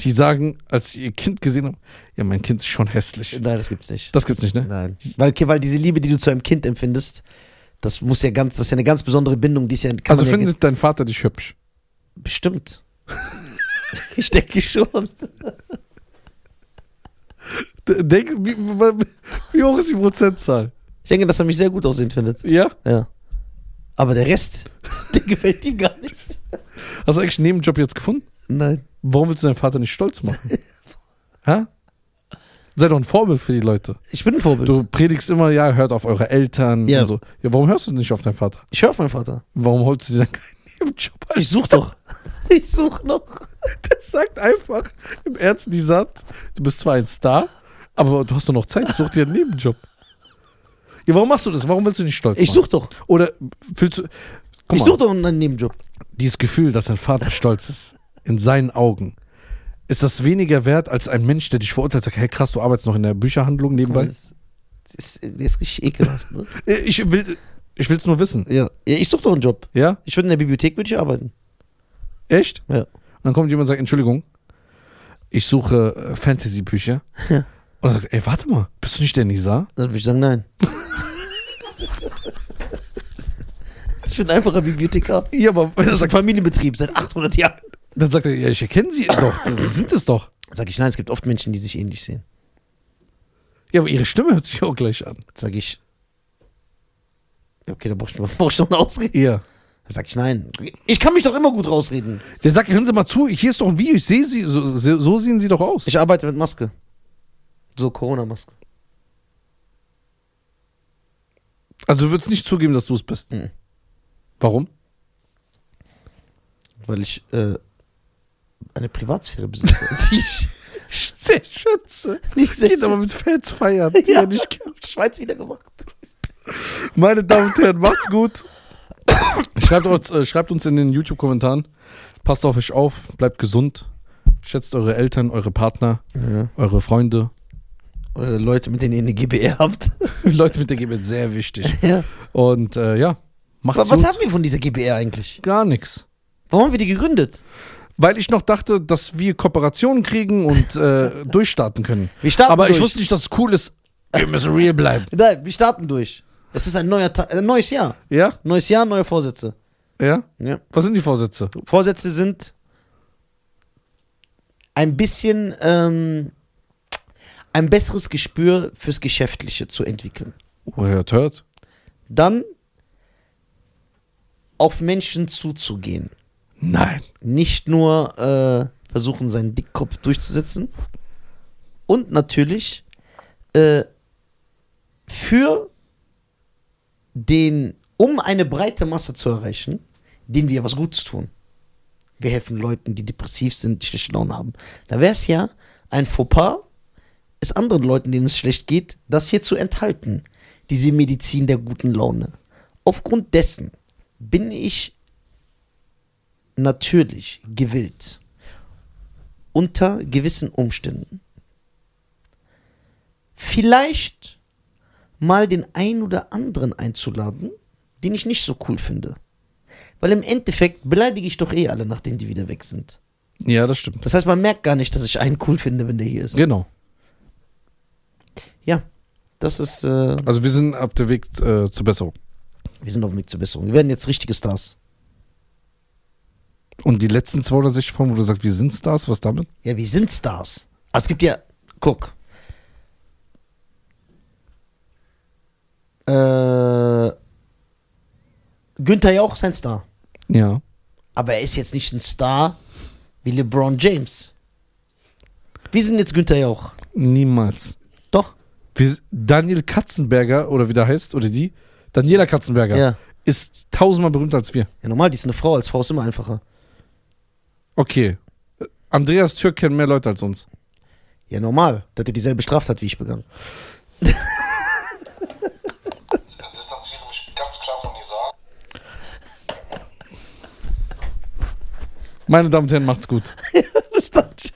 Speaker 1: die sagen, als sie ihr Kind gesehen haben, ja, mein Kind ist schon hässlich.
Speaker 2: Nein, das gibt's nicht.
Speaker 1: Das gibt's nicht, ne?
Speaker 2: Nein. Weil, okay, weil diese Liebe, die du zu einem Kind empfindest, das muss ja ganz, das ist ja eine ganz besondere Bindung, die ist ja kann
Speaker 1: also
Speaker 2: man ja
Speaker 1: findet dein Vater dich hübsch.
Speaker 2: Bestimmt. *laughs* ich denke schon.
Speaker 1: D- Denk, wie, wie wie hoch ist die Prozentzahl?
Speaker 2: Ich denke, dass er mich sehr gut aussehen findet.
Speaker 1: Ja?
Speaker 2: Ja. Aber der *laughs* Rest, der gefällt ihm gar nicht.
Speaker 1: Hast du eigentlich einen Nebenjob jetzt gefunden?
Speaker 2: Nein.
Speaker 1: Warum willst du deinen Vater nicht stolz machen?
Speaker 2: *laughs*
Speaker 1: Hä? Sei doch ein Vorbild für die Leute.
Speaker 2: Ich bin ein Vorbild.
Speaker 1: Du predigst immer, ja, hört auf eure Eltern
Speaker 2: Ja.
Speaker 1: und so. Ja, warum hörst du nicht auf deinen Vater?
Speaker 2: Ich höre auf meinen Vater.
Speaker 1: Warum holst du dir dann keinen *laughs* Nebenjob?
Speaker 2: Ich such doch. *laughs* Ich such noch.
Speaker 1: *laughs* Der sagt einfach im Ernst, die sagt, du bist zwar ein Star, aber du hast doch noch Zeit, such dir einen
Speaker 2: *laughs*
Speaker 1: Nebenjob. Ja, warum machst du das? Warum willst du nicht stolz
Speaker 2: Ich
Speaker 1: machen?
Speaker 2: such doch.
Speaker 1: Oder fühlst du. Guck
Speaker 2: Ich
Speaker 1: mal,
Speaker 2: such doch einen Nebenjob.
Speaker 1: dieses Gefühl, dass dein Vater stolz ist, in seinen Augen, ist das weniger wert als ein Mensch, der dich verurteilt, sagt, hey krass, du arbeitest noch in der Bücherhandlung nebenbei?
Speaker 2: Das ist, das ist richtig ekelhaft. Ne?
Speaker 1: Äh, Ich will ich will's nur wissen.
Speaker 2: *laughs* ja. ja. Ich such doch einen Job.
Speaker 1: Ja?
Speaker 2: Ich würde in der Bibliothek würde ich arbeiten.
Speaker 1: Echt?
Speaker 2: Ja.
Speaker 1: Und dann kommt jemand und sagt, Entschuldigung, ich suche äh, Fantasy-Bücher.
Speaker 2: Ja.
Speaker 1: Und dann sagt, ey, warte mal, bist du nicht der Nisa?
Speaker 2: Dann würde ich sagen, *laughs* nein. ich bin ein einfacher Bibliothekar.
Speaker 1: Ja, aber
Speaker 2: Das ist ein Familienbetrieb seit 800 Jahren.
Speaker 1: Dann sagt er, ja, ich erkenne sie doch, sie sind es doch.
Speaker 2: Sag ich, nein, es gibt oft Menschen, die sich ähnlich sehen.
Speaker 1: Ja, aber ihre Stimme hört sich auch gleich an.
Speaker 2: *laughs* Sag ich. Ja, Okay, da brauch ich, brauch ich noch eine Ausrede.
Speaker 1: Ja.
Speaker 2: Da sag ich nein. Ich kann mich doch immer gut rausreden.
Speaker 1: Der sagt, hören Sie mal zu, hier ist doch ein Video, ich sehe Sie, so, so sehen Sie doch aus.
Speaker 2: Ich arbeite mit Maske. So, Corona-Maske.
Speaker 1: also du würdest nicht zugeben, dass du es bist.
Speaker 2: Mhm.
Speaker 1: Warum?
Speaker 2: Weil ich äh, eine Privatsphäre besitze. *laughs* die ich
Speaker 1: Sehr schütze.
Speaker 2: nicht
Speaker 1: Geht aber mit Fans feiern, die
Speaker 2: Ja.
Speaker 1: er nicht kennt.
Speaker 2: Schweiz wieder gemacht.
Speaker 1: Meine Damen und Herren, macht's gut. Schreibt uns, äh, schreibt uns in den YouTube-Kommentaren. Passt auf euch auf, bleibt gesund. Schätzt eure Eltern, eure Partner, eure Freunde.
Speaker 2: Oder Leute, mit denen ihr eine GBR habt.
Speaker 1: *laughs* Leute mit der Gebet, sehr wichtig.
Speaker 2: ja.
Speaker 1: Und äh, ja, macht's
Speaker 2: Was, was
Speaker 1: gut.
Speaker 2: haben wir von dieser GBR eigentlich?
Speaker 1: Gar nichts.
Speaker 2: Warum haben wir die gegründet?
Speaker 1: Weil ich noch dachte, dass wir Kooperationen kriegen und äh, *laughs* durchstarten können.
Speaker 2: Wir starten
Speaker 1: Aber ich
Speaker 2: durch.
Speaker 1: wusste nicht, dass es cool ist. Wir müssen real bleiben.
Speaker 2: Nein, wir starten durch. Es ist ein neuer Ta ein neues Jahr.
Speaker 1: Ja?
Speaker 2: Neues Jahr, neue Vorsätze.
Speaker 1: Ja?
Speaker 2: Ja.
Speaker 1: Was sind die Vorsätze?
Speaker 2: Vorsätze sind ein bisschen ähm, ein besseres Gespür fürs Geschäftliche zu entwickeln.
Speaker 1: Oh, hört, hört.
Speaker 2: Dann auf Menschen zuzugehen.
Speaker 1: Nein.
Speaker 2: Nicht nur äh, versuchen, seinen Dickkopf durchzusetzen. Und natürlich äh, für den, um eine breite Masse zu erreichen, denen wir was Gutes tun. Wir helfen Leuten, die depressiv sind, die schlechte Laune haben. Da wäre es ja ein Fauxpas, es anderen Leuten, denen es schlecht geht, das hier zu enthalten. Diese Medizin der guten Laune. Aufgrund dessen bin ich natürlich gewillt, unter gewissen Umständen vielleicht mal den ein oder anderen einzuladen, den ich nicht so cool finde. Weil im Endeffekt beleidige ich doch eh alle, nachdem die wieder weg sind.
Speaker 1: Ja, das stimmt.
Speaker 2: Das heißt, man merkt gar nicht, dass ich einen cool finde, wenn der hier ist.
Speaker 1: Genau.
Speaker 2: Ja, das ist. Äh,
Speaker 1: Also wir sind auf dem Weg äh, zur Besserung.
Speaker 2: wir sind auf dem Weg zur Besserung. Wir werden jetzt richtige Stars.
Speaker 1: Und die letzten 260 Folgen, wo du sagst, wir sind Stars, was damit?
Speaker 2: Ja, wir sind Stars. Aber es gibt ja. Guck. Äh, Günther Jauch ist ein Star.
Speaker 1: Ja.
Speaker 2: Aber er ist jetzt nicht ein Star wie LeBron James. Wir sind jetzt Günther Jauch.
Speaker 1: Niemals.
Speaker 2: Doch.
Speaker 1: Wir, Daniel Katzenberger, oder wie der heißt, oder die, Daniela Katzenberger,
Speaker 2: Ja.
Speaker 1: ist tausendmal berühmter als wir.
Speaker 2: Ja, normal, die ist eine Frau. Als Frau ist immer einfacher.
Speaker 1: Okay. Äh, Andreas Türk kennt mehr Leute als uns.
Speaker 2: Ja, normal. Da hat er dieselbe Straftat wie ich begangen.
Speaker 3: Ich distanziere mich ganz klar von Nizar.
Speaker 1: Meine Damen und Herren, macht's gut.
Speaker 2: Bis dann. Tschüss.